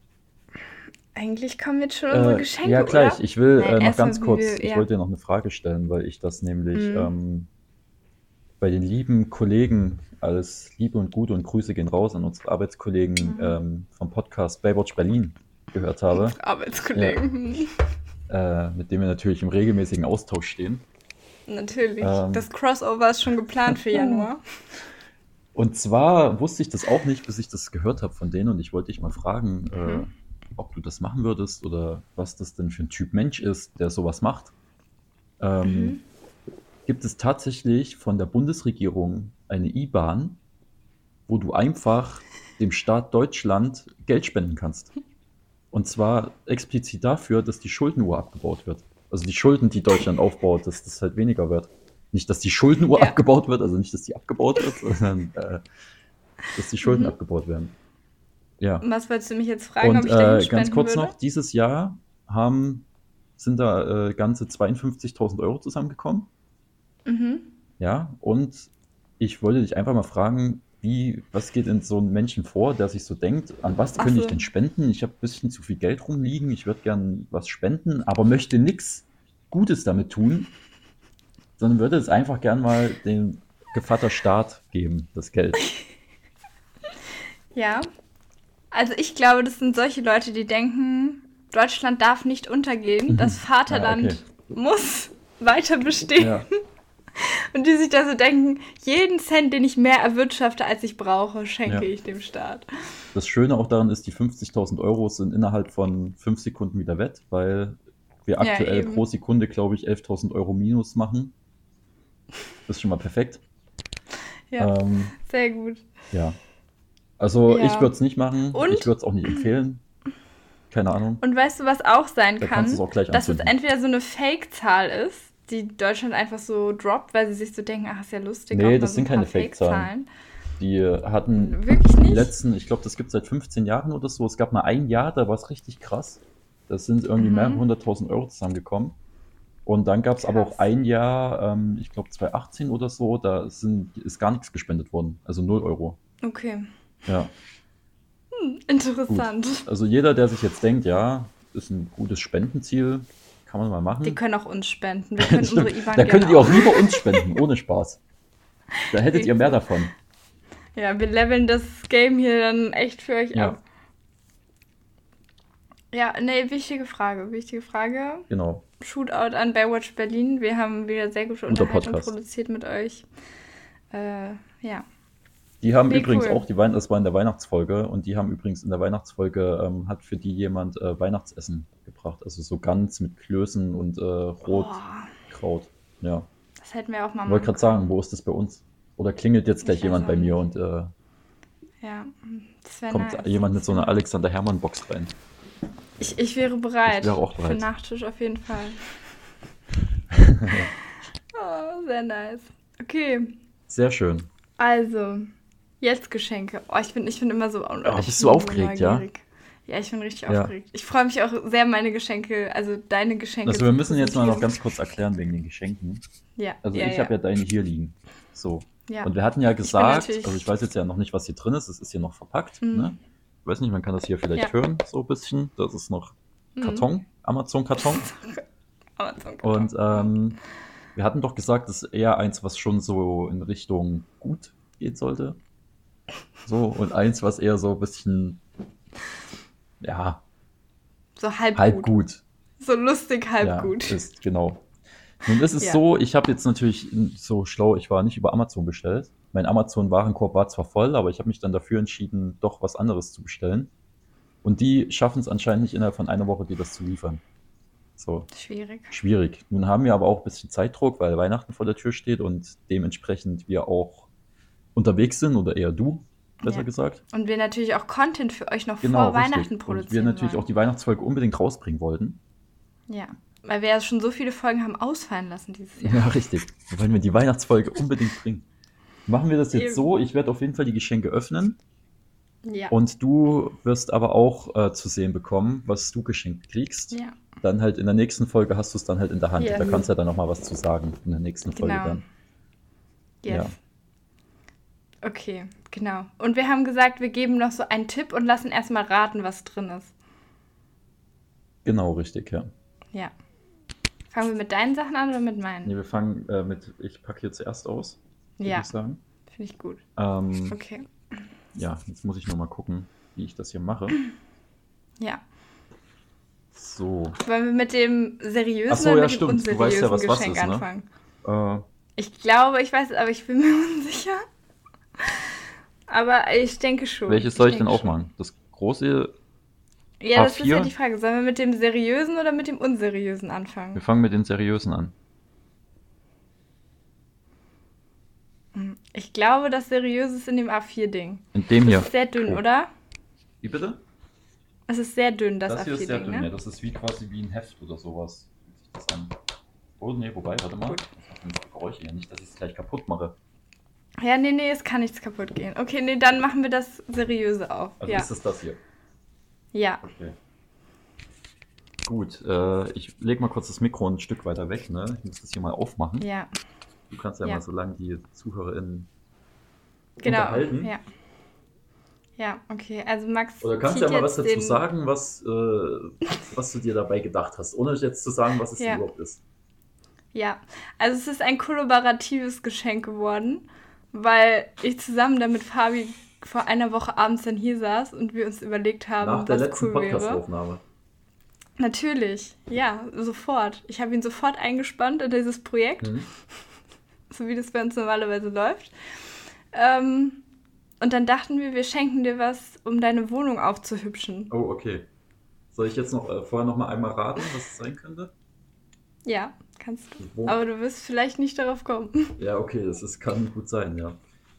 B: Eigentlich kommen jetzt schon unsere
A: Äh,
B: Geschenke.
A: ja, gleich.
B: Oder?
A: Ich will
B: Nein,
A: äh, noch
B: erst mal,
A: ganz
B: wie
A: kurz,
B: wir-
A: ich
B: ja.
A: wollte dir noch eine Frage stellen, weil ich das nämlich
B: Mhm.
A: ähm, bei den lieben Kollegen, alles Liebe und Gute und Grüße gehen raus an unsere Arbeitskollegen
B: Mhm.
A: ähm, vom Podcast Baywatch Berlin gehört habe,
B: Arbeitskollegen.
A: äh, mit dem wir natürlich im regelmäßigen Austausch stehen.
B: Natürlich.
A: Ähm.
B: Das Crossover ist schon geplant für Januar.
A: Und zwar wusste ich das auch nicht, bis ich das gehört habe von denen und ich wollte dich mal fragen, äh,
B: Mhm.
A: ob du das machen würdest oder was das denn für ein Typ Mensch ist, der sowas macht. Ähm,
B: Mhm.
A: Gibt es tatsächlich von der Bundesregierung eine IBAN, wo du einfach dem Staat Deutschland Geld spenden kannst? Und zwar explizit dafür, dass die Schuldenuhr abgebaut wird. Also die Schulden, die Deutschland aufbaut, dass das halt weniger wird. Nicht, dass die Schuldenuhr
B: Ja.
A: abgebaut wird, also nicht, dass die abgebaut wird, sondern äh, dass die Schulden
B: Mhm.
A: abgebaut werden. Ja.
B: Und Was wolltest du mich jetzt fragen, ob
A: Und
B: ich
A: äh,
B: dahin spenden
A: ganz kurz
B: würde?
A: noch, dieses Jahr haben, sind da äh, ganze 52.000 Euro zusammengekommen.
B: Mhm.
A: Ja, und ich wollte dich einfach mal fragen, wie, was geht in so einem Menschen vor, der sich so denkt, an was
B: Ach
A: könnte ich
B: so.
A: denn spenden? Ich habe ein bisschen zu viel Geld rumliegen, ich würde gern was spenden, aber möchte nichts Gutes damit tun, sondern würde es einfach gern mal dem Gevatter Staat geben, das Geld.
B: Ja. Also ich glaube, das sind solche Leute, die denken, Deutschland darf nicht
A: Mhm.
B: untergehen, das Vaterland muss weiter bestehen.
A: Ja,
B: Und die sich da so denken, jeden Cent, den ich mehr erwirtschafte, als ich brauche, schenke
A: Ja.
B: ich dem Staat.
A: das Schöne auch daran ist, die 50.000 Euro sind innerhalb von fünf Sekunden wieder wett, weil wir
B: Ja,
A: aktuell
B: eben.
A: pro Sekunde, glaube ich, 11.000 Euro Minus machen. Das ist schon mal perfekt.
B: Ja,
A: Ähm,
B: sehr gut.
A: Ja. Also
B: Ja.
A: ich würde es nicht machen.
B: Und?
A: Ich würde es auch nicht empfehlen. Keine Ahnung.
B: Und weißt du, was auch sein
A: Da
B: kann?
A: kannst du es auch gleich
B: dass es
A: anzünden.
B: entweder so eine Fake-Zahl ist, die Deutschland einfach so droppt, weil sie sich so denken, ach, ist ja lustig.
A: Nee,
B: auch mal
A: das
B: so
A: sind
B: ein paar
A: keine Fake-Zahlen. Die äh, hatten
B: Wirklich
A: die
B: nicht?
A: letzten, ich glaube, das gibt es seit 15 Jahren oder so. Es gab mal ein Jahr, da war es richtig krass. Das sind irgendwie
B: Mhm.
A: mehrere hunderttausend Euro zusammengekommen. Und dann gab es aber
B: Krass.
A: auch ein Jahr, ähm, ich glaube 2018 oder so, da sind, ist gar nichts gespendet worden. Also 0 Euro.
B: Okay,
A: Ja.
B: interessant.
A: Also jeder, der sich jetzt denkt, ja, ist ein gutes Spendenziel, kann man mal machen.
B: Die können auch uns spenden. Wir können
A: Stimmt.
B: unsere IBAN
A: da
B: gerne
A: könnt ihr auch lieber uns spenden, ohne Spaß. Da hättet ihr mehr davon.
B: Ja, wir leveln das Game hier dann echt für euch
A: Ja.
B: ab. Ja, nee, wichtige Frage, wichtige Frage.
A: Genau.
B: Shootout an Baywatch Berlin. Wir haben wieder sehr gute
A: Guter
B: Unterhaltung
A: Podcast.
B: produziert mit euch. Äh, ja.
A: Die haben
B: Nee,
A: übrigens
B: cool.
A: auch die Wein, das war in der Weihnachtsfolge und die haben übrigens in der Weihnachtsfolge ähm, hat für die jemand äh, Weihnachtsessen gebracht, also so Gans mit Klößen und äh, Rotkraut.
B: Boah,
A: Ja,
B: das hätten wir auch mal
A: wollte gerade sagen, wo ist das bei uns? Oder klingelt jetzt gleich
B: Oh. Ich weiß
A: jemand
B: auch
A: bei
B: nicht.
A: mir und äh,
B: Ja, das wäre
A: kommt
B: nice.
A: jemand mit so einer Alexander Hermann Box rein?
B: Ich, ich wäre bereit.
A: Ich wäre auch
B: Für
A: bereit.
B: Nachtisch auf jeden Fall. oh, sehr nice. Okay,
A: Sehr schön.
B: also, jetzt Geschenke. Oh, ich bin, ich bin immer so.
A: Oh,
B: ich
A: bist
B: bin
A: du
B: so
A: aufgeregt, ja?
B: neugierig. Ja, ich bin richtig
A: Ja.
B: aufgeregt. Ich freue mich auch sehr, meine Geschenke, also deine Geschenke.
A: Also wir
B: zu
A: müssen jetzt mal noch
B: präsentieren.
A: ganz kurz erklären wegen den Geschenken.
B: Ja,
A: Also
B: ja,
A: ich
B: ja.
A: habe ja deine hier liegen. So.
B: ja.
A: Und wir hatten ja gesagt,
B: natürlich-
A: also ich weiß jetzt ja noch nicht, was hier drin ist. Es ist hier noch verpackt.
B: Mhm.
A: Ne? Ich weiß nicht, man kann das hier vielleicht
B: Ja.
A: hören, so ein bisschen. Das ist noch
B: Mhm.
A: Karton, Amazon-Karton.
B: Amazon Karton.
A: Und ähm, wir hatten doch gesagt, das ist eher eins, was schon so in Richtung gut gehen sollte. So, und eins, was eher so ein bisschen, ja,
B: so halb,
A: halb
B: gut.
A: gut
B: So lustig halb
A: ja,
B: gut.
A: Ist, genau. Nun ist es
B: Ja.
A: so, ich habe jetzt natürlich so schlau, ich war nicht über Amazon bestellt. Mein Amazon-Warenkorb war zwar voll, aber ich habe mich dann dafür entschieden, doch was anderes zu bestellen. Und die schaffen es anscheinend nicht innerhalb von einer Woche, dir das zu liefern. So,
B: Schwierig.
A: schwierig. Nun haben wir aber auch ein bisschen Zeitdruck, weil Weihnachten vor der Tür steht und dementsprechend wir auch unterwegs sind oder eher du, besser
B: Ja.
A: gesagt. Genau,
B: Und wir natürlich auch Content für euch noch
A: richtig.
B: vor Weihnachten produzieren.
A: Und wir natürlich
B: wollen.
A: auch die Weihnachtsfolge unbedingt rausbringen wollten.
B: Ja. Weil wir ja schon so viele Folgen haben ausfallen lassen dieses Jahr.
A: Ja, richtig. Wir wollen mir die Weihnachtsfolge unbedingt bringen. Machen wir das jetzt
B: Eben.
A: so, ich werde auf jeden Fall die Geschenke öffnen
B: Ja.
A: und du wirst aber auch äh, zu sehen bekommen, was du geschenkt kriegst.
B: ja.
A: Dann halt in der nächsten Folge hast du es dann halt in der Hand.
B: Ja.
A: Da kannst du ja dann nochmal was zu sagen in der nächsten Folge
B: Genau.
A: dann.
B: Yes.
A: Ja.
B: Okay, genau. Und wir haben gesagt, wir geben noch so einen Tipp und lassen erstmal raten, was drin ist.
A: Genau, richtig, ja.
B: Ja. Fangen wir mit deinen Sachen an oder mit meinen?
A: Nee, wir fangen äh, mit, ich packe hier zuerst aus, würde
B: ja,
A: ich sagen.
B: finde ich gut.
A: Ähm,
B: Okay.
A: Ja, jetzt muss ich nochmal gucken, wie ich das hier mache.
B: Ja.
A: So,
B: Wollen wir mit dem seriösen
A: Ach so,
B: oder
A: ja,
B: mit
A: stimmt.
B: dem
A: Du
B: unseriösen
A: weißt ja, was was
B: Geschenk
A: ist, ne?
B: anfangen?
A: äh,
B: Ich glaube, ich weiß es, aber ich bin mir unsicher. Aber ich denke schon.
A: welches soll ich denn
B: denke schon.
A: aufmachen? Das große,
B: Ja, das ist ja
A: A4?
B: die Frage. Sollen wir mit dem seriösen oder mit dem unseriösen anfangen?
A: wir fangen mit den seriösen an.
B: Hm. Ich glaube, das seriöse ist in dem A4-Ding.
A: In dem hier.
B: Das ist sehr dünn,
A: Oh.
B: oder?
A: Wie bitte?
B: Es ist sehr dünn, das,
A: Das hier ist sehr
B: A4-Ding,
A: dünn, ja.
B: ne?
A: Das ist wie quasi wie ein Heft oder sowas. Fühlt sich das an. Oh, nee, wobei, warte mal.
B: Gut.
A: Das macht ein Geräusch hier. Nicht, dass ich es gleich kaputt mache.
B: Ja, nee, nee, es kann nichts kaputt gehen. Okay, nee, dann machen wir das seriöse auf.
A: Also
B: ja.
A: ist es das hier.
B: ja.
A: Okay. Gut, äh, ich leg mal kurz das Mikro ein Stück weiter weg, ne? Ich muss das hier mal aufmachen.
B: Ja.
A: Du kannst ja,
B: Ja.
A: mal so lange die ZuhörerInnen.
B: Genau.
A: Unterhalten?
B: Ja. ja, okay. Also Max.
A: Oder kannst
B: zieht
A: ja mal was
B: jetzt
A: dazu
B: den-
A: sagen, was, äh, was du dir dabei gedacht hast, ohne jetzt zu sagen, was es
B: Ja.
A: überhaupt ist.
B: Ja, also es ist ein kollaboratives Geschenk geworden, weil ich zusammen dann mit Fabi vor einer Woche abends dann hier saß und wir uns überlegt haben,
A: Nach der
B: Ähm, was
A: letzten
B: cool wäre.
A: Podcast-Aufnahme.
B: Natürlich, ja, sofort. Ich habe ihn sofort eingespannt in dieses Projekt,
A: Hm?
B: so wie das bei uns normalerweise läuft. Ähm, und dann dachten wir, wir schenken dir was, um deine Wohnung aufzuhübschen.
A: Oh, okay. Soll ich jetzt noch äh, vorher noch mal einmal raten, was es sein könnte?
B: Ja, kannst du.
A: Wo-
B: Aber du wirst vielleicht nicht darauf kommen.
A: Ja, okay, das ist, kann gut sein, ja.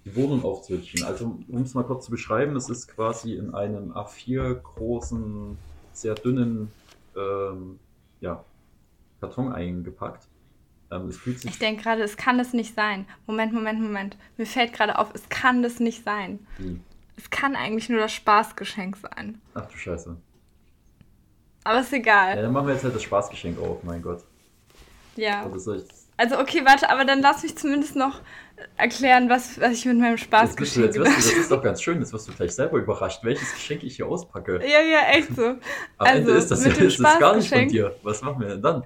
A: Die Wohnung aufzuhübschen. Also, um es mal kurz zu beschreiben, es ist quasi in einem A4 großen, sehr dünnen ähm, ja, Karton eingepackt. Ähm, es fühlt sich
B: Ich denke gerade, es kann es nicht sein. Moment, Moment, Moment. Mir fällt gerade auf, es kann das nicht sein.
A: wie.
B: Es kann eigentlich nur das Spaßgeschenk sein.
A: Ach du Scheiße.
B: Aber ist
A: Ja,
B: egal.
A: dann machen wir jetzt halt das Spaßgeschenk auf, mein Gott.
B: Ja.
A: Also soll ich,
B: Also okay, warte, aber dann lass mich zumindest noch erklären, was, was ich mit meinem
A: jetzt bist du,
B: Spaßgeschenk
A: jetzt wirst du, das
B: gemacht
A: ist doch ganz schön, jetzt wirst du gleich selber überrascht, welches Geschenk ich hier auspacke.
B: habe. Ja, ja, echt so.
A: Am
B: also,
A: Ende ist das,
B: mit dem
A: ist das gar nicht von
B: Spaßgeschenk-
A: dir. Was machen wir denn dann?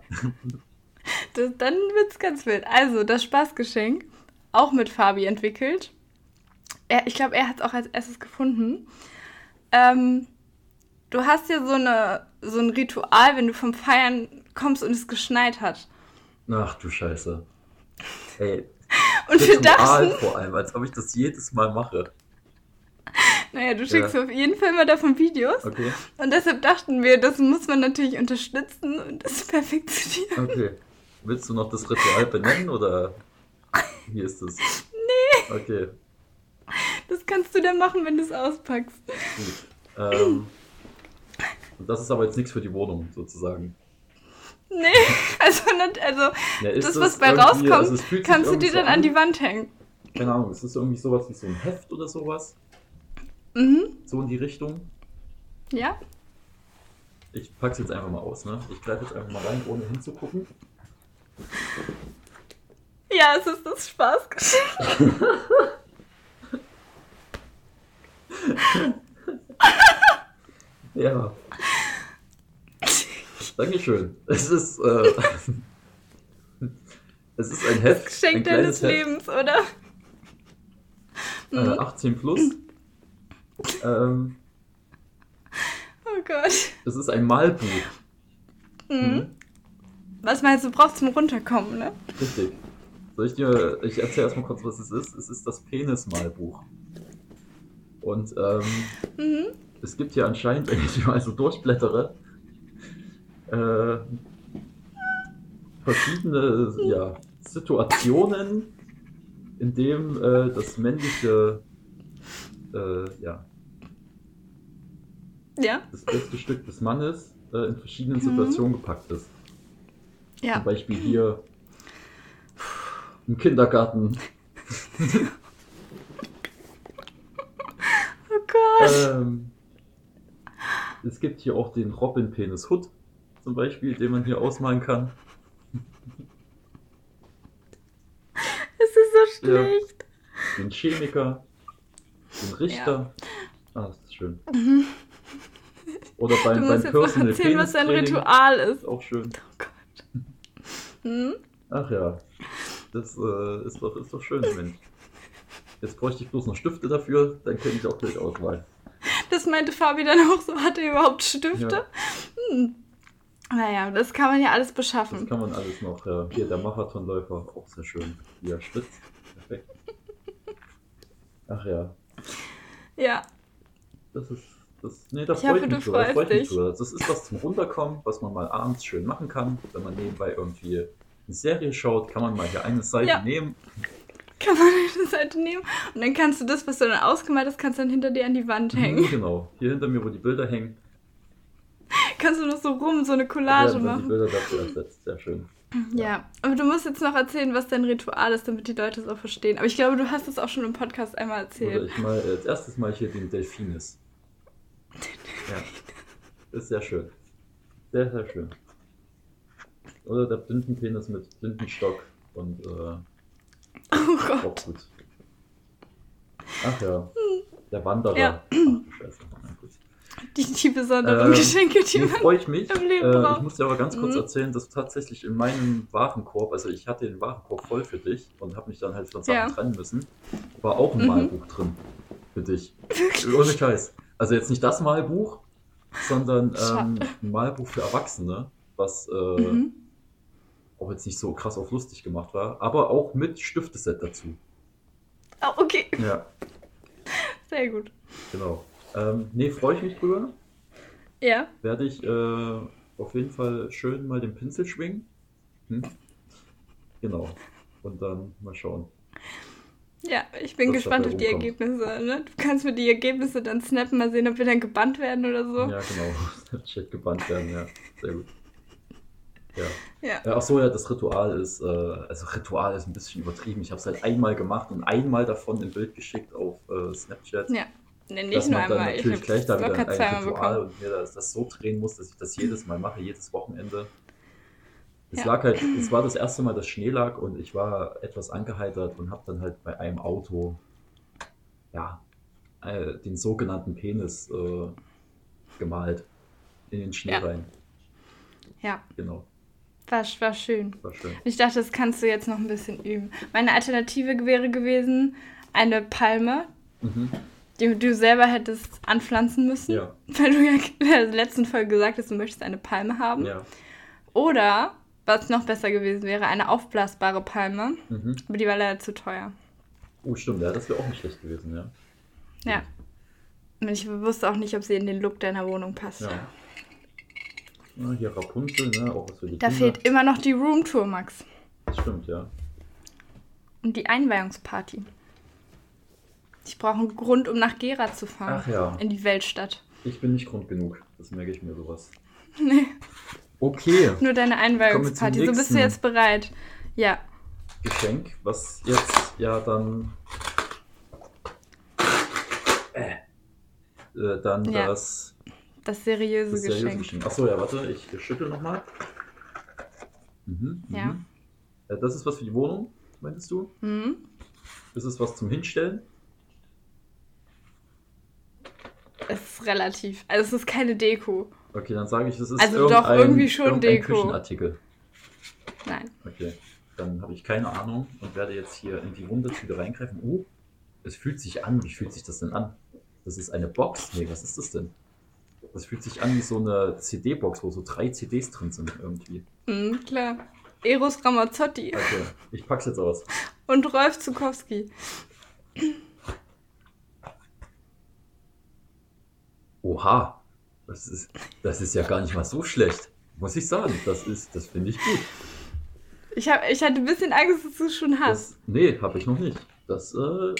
B: Das, dann wird's ganz wild. Also, das Spaßgeschenk, auch mit Fabi entwickelt. Er, ich glaube, er hat es auch als erstes gefunden. Ähm, du hast ja so, eine, so ein Ritual, wenn du vom Feiern kommst und es geschneit hat.
A: Ach du Scheiße. Ey,
B: Und wir dachten,
A: Ritual vor allem, als ob ich das jedes Mal mache.
B: naja, du schickst auf jeden Fall mal davon Videos.
A: Okay,
B: Und deshalb dachten wir, das muss man natürlich unterstützen und das perfektionieren.
A: okay. Willst du noch das Ritual benennen oder wie ist das? Nee. Okay,
B: Das kannst du dann machen, wenn du es auspackst.
A: gut. Ähm, und das ist aber jetzt nichts für die Wohnung sozusagen.
B: Nee, also, nicht, also
A: Ja, ist
B: das, was bei
A: irgendwie-
B: rauskommt,
A: also es fühlt sich
B: kannst du
A: irgendwie
B: dir
A: so
B: dann an die Wand hängen.
A: Keine Ahnung, es ist irgendwie sowas wie so ein Heft oder sowas.
B: Mhm,
A: So in die Richtung.
B: ja.
A: Ich pack's jetzt einfach mal aus, ne? Ich greife jetzt einfach mal rein, ohne hinzugucken.
B: Ja, es ist das Spaßgeschenk.
A: Ja. Dankeschön. Es ist, äh, es ist ein Heft. ein
B: Geschenk
A: kleines
B: deines
A: Heft.
B: Lebens, oder?
A: Äh, 18 plus. ähm,
B: Oh Gott.
A: es ist ein Malbuch.
B: Mhm. Was meinst du, brauchst zum Runterkommen, ne?
A: Richtig. Soll ich dir, ich erzähle erstmal kurz, was es ist. Es ist das Penismalbuch. Und ähm,
B: Mhm.
A: es gibt hier anscheinend, wenn ich mal so durchblättere, äh, verschiedene ja, Situationen, in dem äh, das männliche, äh, ja,
B: Ja.
A: das beste Stück des Mannes äh, in verschiedenen
B: Mhm.
A: Situationen gepackt ist. Zum
B: Ja.
A: Beispiel hier im Kindergarten.
B: Oh Gott.
A: Ähm, es gibt hier auch den Robin Penis Hood zum Beispiel, den man hier ausmalen kann.
B: Es ist so
A: ja.
B: schlecht.
A: Den Chemiker, den Richter. Ah, das ist schön. Oder
B: Mhm. Du
A: beim, beim
B: musst jetzt noch
A: Personal
B: erzählen,
A: Penis
B: was dein
A: Training.
B: Ritual ist.
A: Auch schön.
B: Oh Gott. Hm?
A: Ach ja, das äh, ist, doch, ist doch schön, Mensch. Jetzt bräuchte ich bloß noch Stifte dafür, dann könnte ich auch gleich ausmalen.
B: Das meinte Fabi dann auch so, hat er überhaupt Stifte?
A: Ja,
B: Hm. Naja, das kann man ja alles beschaffen.
A: das kann man alles noch. Ja. Hier der Marathonläufer, auch sehr schön. Hier spitz, perfekt. Ach ja,
B: Ja,
A: das ist. Das, nee, das
B: Ich hoffe,
A: freut
B: du
A: mich sogar. Das
B: freust
A: freut mich
B: dich.
A: sogar. Das ist was zum Runterkommen, was man mal abends schön machen kann. Wenn man nebenbei irgendwie eine Serie schaut, kann man mal hier eine Seite
B: Ja.
A: nehmen.
B: kann man auf die Seite nehmen. Und dann kannst du das, was du dann ausgemalt hast, kannst du dann hinter dir an die Wand hängen.
A: Genau, hier hinter mir, wo die Bilder hängen,
B: kannst du noch so rum so eine
A: werden
B: Collage
A: dann die
B: machen.
A: Bilder dafür ersetzt. Sehr schön.
B: Ja, aber du musst jetzt noch erzählen, was dein Ritual ist, damit die Leute es auch verstehen. Aber ich glaube, du hast es auch schon im Podcast einmal
A: Oder
B: erzählt.
A: ich mal als erstes mal hier den Delfines. Ja. Ist sehr schön. Sehr, sehr schön. Oder der Blindenpenis mit Blindenstock und äh,
B: Oh Gott.
A: auch gut. Ach ja. Der Wanderer.
B: Ja.
A: Ach du Scheiße. Na gut.
B: Die, die besonderen
A: Ähm,
B: Geschenke, die
A: Nee,
B: man.
A: freue ich mich.
B: im
A: Äh,
B: Leben
A: ich
B: braucht.
A: muss dir aber ganz kurz
B: Mhm.
A: erzählen, dass tatsächlich in meinem Warenkorb, also ich hatte den Warenkorb voll für dich und habe mich dann halt von Sachen
B: Ja.
A: trennen müssen, war auch ein
B: Mhm.
A: Malbuch drin für dich. Ohne Scheiß. Also jetzt nicht das Malbuch, sondern ähm, ein Malbuch für Erwachsene, was äh,
B: Mhm.
A: auch jetzt nicht so krass auf lustig gemacht war, aber auch mit Stifteset dazu.
B: Ah, okay,
A: Ja,
B: sehr gut.
A: genau. Ähm, nee, freue ich mich drüber.
B: Ja,
A: werde ich äh, auf jeden Fall schön mal den Pinsel schwingen. Hm? Genau. Und dann mal schauen.
B: ja, ich bin
A: Das
B: gespannt
A: dabei
B: auf die
A: rumkommt.
B: Ergebnisse. Ne? Du kannst mir die Ergebnisse dann snappen, mal sehen, ob wir dann gebannt werden oder so.
A: Ja, genau. Das Shit gebannt werden, ja. Sehr gut. Ja.
B: Ja.
A: Äh, ach so, ja, das Ritual ist, äh, also Ritual ist ein bisschen übertrieben. Ich habe es halt einmal gemacht und einmal davon ein Bild geschickt auf äh, Snapchat.
B: Ja. Nee, nicht
A: dass
B: nur
A: man dann
B: einmal. Ich
A: natürlich
B: habe
A: gleich da wieder
B: locker
A: ein
B: zweimal
A: Ritual
B: bekommen.
A: und mir das, das so drehen muss, dass ich das jedes Mal mache, jedes Wochenende. Es
B: Ja.
A: lag halt, es war das erste Mal, dass Schnee lag und ich war etwas angeheitert und habe dann halt bei einem Auto, ja, äh, den sogenannten Penis äh, gemalt in den Schnee
B: Ja.
A: rein.
B: Ja,
A: Genau,
B: war, war schön.
A: war schön.
B: Ich dachte, das kannst du jetzt noch ein bisschen üben. Meine Alternative wäre gewesen, eine Palme,
A: Mhm.
B: die du selber hättest anpflanzen müssen.
A: Ja,
B: Weil du ja in der letzten Folge gesagt hast, du möchtest eine Palme haben.
A: ja.
B: Oder, was noch besser gewesen wäre, eine aufblasbare Palme.
A: Mhm.
B: Aber die war leider zu teuer.
A: Oh, stimmt, ja, das wäre auch nicht schlecht gewesen, ja.
B: Ja. Und ich wusste auch nicht, ob sie in den Look deiner Wohnung passt.
A: ja. Na, hier Rapunzel, ne? Auch was für die
B: Da
A: Kinder.
B: fehlt immer noch die Roomtour, Max.
A: Stimmt, ja.
B: Und die Einweihungsparty. Ich brauche einen Grund, um nach Gera zu fahren.
A: Ach ja.
B: In die Weltstadt.
A: Ich bin nicht Grund genug, das merke ich mir sowas.
B: Nee.
A: Okay,
B: Nur deine
A: Kommen
B: Einweihungsparty.
A: wir
B: So
A: zum
B: bist du
A: nächsten.
B: jetzt bereit. Ja.
A: Geschenk, was jetzt ja dann. Äh, äh, dann
B: Ja.
A: das
B: Das seriöse
A: Das seriöse
B: Geschenk.
A: Geschenk. Achso, ja, warte, ich schüttel nochmal. Mhm,
B: Ja.
A: mhm. ja. Das ist was für die Wohnung, meinst du?
B: Hm?
A: Ist es was zum Hinstellen?
B: Es ist relativ. Also es ist keine Deko.
A: Okay, dann sage ich, es ist
B: Also doch,
A: irgendein-
B: irgendwie schon
A: irgendein
B: Deko.
A: Küchenartikel.
B: Nein.
A: Okay, dann habe ich keine Ahnung und werde jetzt hier in die Wundertüte reingreifen. Oh, es fühlt sich an. Wie fühlt sich das denn an? Das ist eine Box? Nee, was ist das denn? Das fühlt sich an wie so eine CD-Box, wo so drei CDs drin sind irgendwie.
B: Hm, klar. Eros Ramazzotti
A: Okay, ich pack's jetzt aus.
B: und Rolf Zukowski.
A: Oha, das ist, das ist ja gar nicht mal so schlecht. Muss ich sagen, das ist, das finde ich gut.
B: Ich, hab, ich hatte ein bisschen Angst, dass du es schon hast.
A: Das, nee, habe ich noch nicht. Das, äh,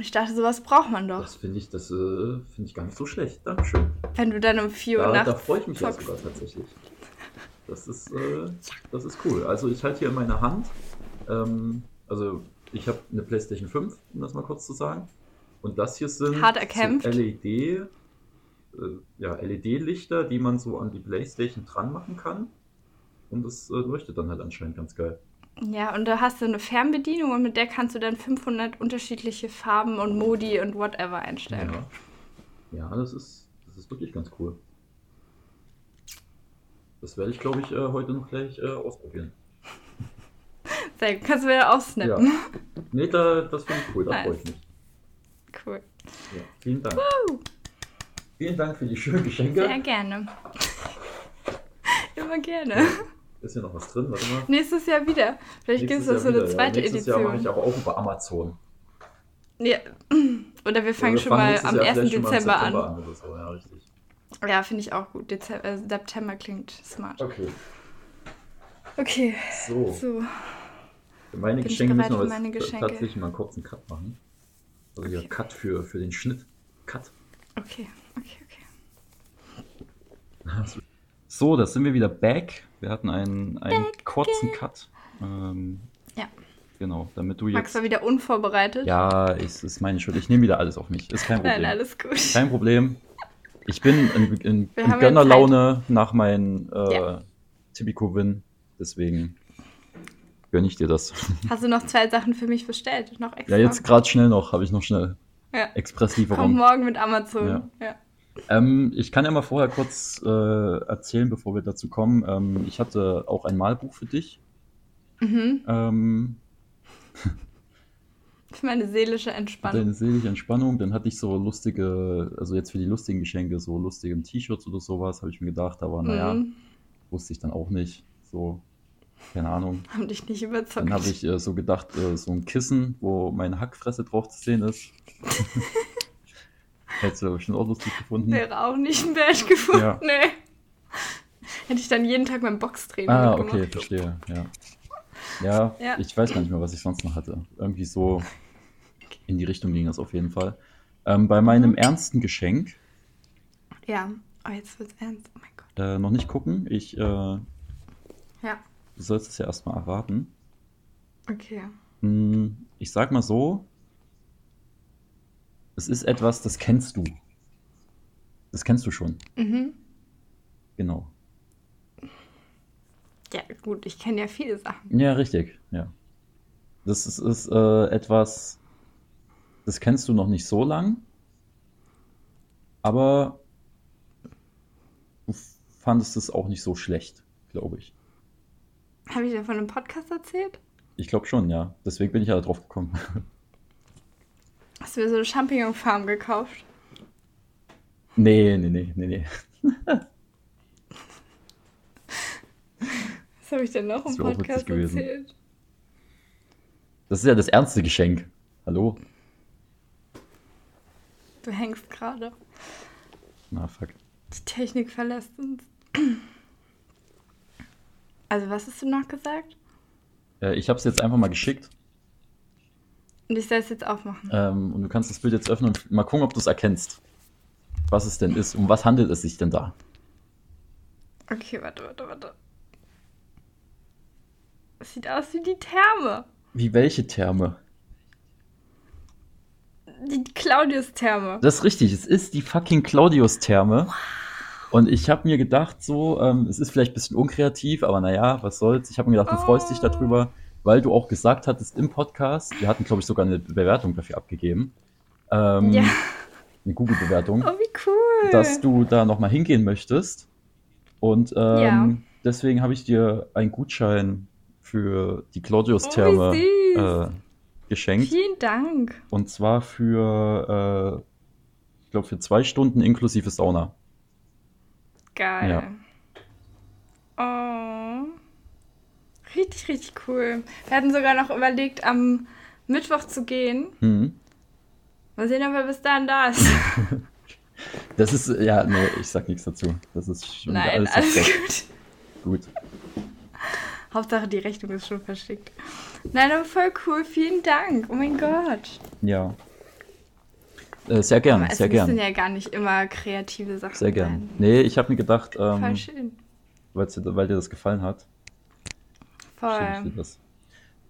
B: Ich dachte, sowas braucht man doch.
A: das finde ich, das, äh, finde ich gar nicht so schlecht. Dankeschön.
B: Wenn du dann um 4 Uhr
A: Da, da
B: nachts
A: freue ich mich ja
B: zockst.
A: sogar tatsächlich. Das ist, äh, das ist cool. Also ich halte hier in meiner Hand, ähm, also ich habe eine PlayStation 5, um das mal kurz zu sagen. Und das hier sind
B: Hart erkämpft.
A: So LED, äh, ja, LED-Lichter, die man so an die PlayStation dran machen kann. Und das äh, leuchtet dann halt anscheinend ganz geil.
B: Ja, und da hast du eine Fernbedienung und mit der kannst du dann 500 unterschiedliche Farben und Modi und whatever einstellen.
A: Ja, ja das, ist, das ist wirklich ganz cool. Das werde ich, glaube ich, äh, heute noch gleich äh, ausprobieren.
B: Sehr gut. Kannst du wieder
A: Ja.
B: aufsnappen.
A: Nee, da, das finde ich cool, da
B: Ne. Nice.
A: freue ich mich.
B: Cool.
A: Ja, vielen Dank. Vielen Dank für die schönen Geschenke.
B: Sehr gerne. Immer gerne.
A: Ist hier noch was drin? Warte mal.
B: Nächstes Jahr wieder. Vielleicht gibt es
A: Nächstes
B: da so
A: Jahr
B: eine
A: wieder,
B: zweite
A: ja. Nächstes Jahr mache
B: Edition.
A: ich aber auch über Amazon.
B: Ja.
A: Oder
B: Oder wir fangen
A: wir
B: schon
A: fangen
B: mal
A: nächstes
B: am
A: Jahr
B: 1.
A: vielleicht schon mal im
B: Dezember
A: September
B: an.
A: an. oder so. Ja, richtig.
B: Ja, finde ich auch gut. Dezember, äh, September klingt smart.
A: Okay,
B: Okay,
A: so.
B: so.
A: Für meine
B: Bin ich
A: Geschenke
B: bereit
A: müssen wir
B: für
A: jetzt
B: meine Geschenke?
A: tatsächlich mal einen kurzen Cut machen. Also hier
B: Okay.
A: Cut für, für den Schnitt. Cut.
B: Okay, okay, okay.
A: So, da sind wir wieder back. Wir hatten einen, einen kurzen Cut. Ähm,
B: Ja.
A: Genau, damit du
B: Max
A: jetzt.
B: war wieder unvorbereitet.
A: Ja, es ist meine Schuld. Ich nehme wieder alles auf mich. Ist kein Problem.
B: Nein, alles gut.
A: Kein Problem. Ich bin in, in,
B: Wir
A: in
B: haben ja
A: Gönnerlaune nach meinem äh,
B: Ja.
A: Tipico-Win. Deswegen gönne ich dir das.
B: Hast du noch zwei Sachen für mich bestellt? Noch extra?
A: Ja, jetzt gerade schnell noch. Habe ich noch schnell.
B: Ja. Komm
A: Expresslieferung.
B: morgen mit Amazon. Ja.
A: Ähm, ich kann ja mal vorher kurz äh, erzählen, bevor wir dazu kommen. Ähm, ich hatte auch ein Malbuch für dich.
B: Mhm.
A: Ähm,
B: Für meine seelische
A: hatte
B: Entspannung.
A: eine seelische Entspannung. Dann hatte ich so lustige, also jetzt für die lustigen Geschenke, so lustige T-Shirts oder sowas, habe ich mir gedacht. Aber naja,
B: Mhm.
A: wusste ich dann auch nicht. So, keine Ahnung.
B: Haben dich nicht
A: Dann
B: überzeugt.
A: habe ich äh, so gedacht, äh, so ein Kissen, wo meine Hackfresse drauf zu sehen ist. Hättest du bestimmt auch lustig gefunden.
B: Wäre auch nicht ein Bad gefunden.
A: Ja.
B: Nee. Hätte ich dann jeden Tag mein Boxtraining
A: Ah,
B: mitgemacht.
A: okay, verstehe. Ja. Ja,
B: Ja.
A: ich weiß gar nicht mehr, was ich sonst noch hatte. Irgendwie so in die Richtung ging das auf jeden Fall. Ähm, bei
B: Mhm.
A: meinem ernsten Geschenk,
B: Ja. Oh, jetzt wird's ernst. Oh mein Gott.
A: äh, noch nicht gucken, ich, äh, du
B: Ja.
A: sollst es ja erstmal erraten.
B: Okay.
A: Hm, ich sag mal so, es ist etwas, das kennst du. Das kennst du schon,
B: Mhm.
A: genau.
B: Ja, gut, ich kenne ja viele Sachen.
A: Ja, richtig, ja. Das ist, ist äh, etwas, das kennst du noch nicht so lang, aber du fandest es auch nicht so schlecht, glaube ich.
B: Habe ich dir von einem Podcast erzählt?
A: Ich glaube schon, ja. Deswegen bin ich ja da drauf gekommen.
B: Hast du mir so eine Champignon-Farm gekauft?
A: Nee, nee, nee, nee, nee.
B: Was habe ich denn noch
A: Das
B: im
A: wäre auch witzig
B: Podcast
A: gewesen.
B: erzählt?
A: Das ist ja das ernste Geschenk. Hallo?
B: Du hängst gerade.
A: Na, fuck.
B: Die Technik verlässt uns. Also, was hast du noch gesagt?
A: Äh, ich habe es jetzt einfach mal geschickt
B: Und ich soll es jetzt aufmachen.
A: ähm, und du kannst das Bild jetzt öffnen und mal gucken, ob du es erkennst. Was es denn ist. Um was handelt es sich denn da?
B: Okay, warte, warte, warte. Es sieht aus wie die Therme.
A: Wie welche Therme?
B: Die Claudius-Therme.
A: Das ist richtig, es ist die fucking Claudius-Therme. Und ich habe mir gedacht, so, ähm, es ist vielleicht ein bisschen unkreativ, aber naja, was soll's. Ich habe mir gedacht, du freust dich
B: Oh.
A: darüber, weil du auch gesagt hattest im Podcast, wir hatten, glaube ich, sogar eine Bewertung dafür abgegeben, ähm,
B: Ja.
A: eine Google-Bewertung,
B: Oh, wie cool.
A: dass du da nochmal hingehen möchtest. Und ähm,
B: Ja.
A: deswegen habe ich dir einen Gutschein für die
B: Oh,
A: Claudius-Therme
B: wie süß.
A: äh, geschenkt.
B: Vielen Dank.
A: Und zwar für, äh, ich glaube, für zwei Stunden inklusive Sauna.
B: Geil. Oh. Richtig, richtig cool. Wir hatten sogar noch überlegt, am Mittwoch zu gehen.
A: Hm.
B: Mal sehen, ob er bis dahin da ist.
A: Das ist, ja, nee, ich sag nichts dazu. Das ist schon wieder
B: Nein,
A: alles,
B: alles
A: versteckt.
B: gut.
A: gut.
B: Hauptsache, die Rechnung ist schon verschickt. Nein, aber voll cool. Vielen Dank. Oh mein Gott.
A: Ja. Äh, sehr gern,
B: Aber es
A: sehr
B: müssen
A: gern.
B: ja gar nicht immer kreative Sachen
A: Sehr gern.
B: sein.
A: Nee, ich habe mir gedacht,
B: Voll
A: ähm,
B: schön.
A: weil's dir- weil dir das gefallen hat, schenke ich
B: Voll.
A: dir das.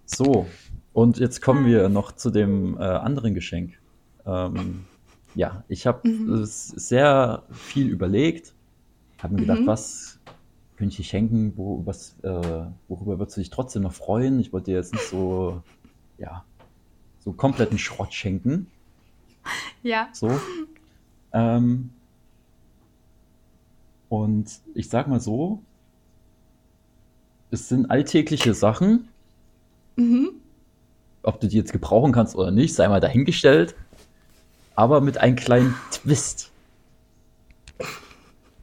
A: So, und jetzt kommen wir noch zu dem äh, anderen Geschenk. Ähm, ja, ich habe
B: Mhm.
A: sehr viel überlegt, habe mir gedacht,
B: Mhm.
A: was könnte ich dir schenken, wo, was, äh, worüber würdest du dich trotzdem noch freuen? Ich wollte dir jetzt nicht so, ja, so kompletten Schrott schenken.
B: Ja.
A: So. Ähm, und ich sag mal so, es sind alltägliche Sachen,
B: Mhm.
A: ob du die jetzt gebrauchen kannst oder nicht, sei mal dahingestellt, aber mit einem kleinen Twist.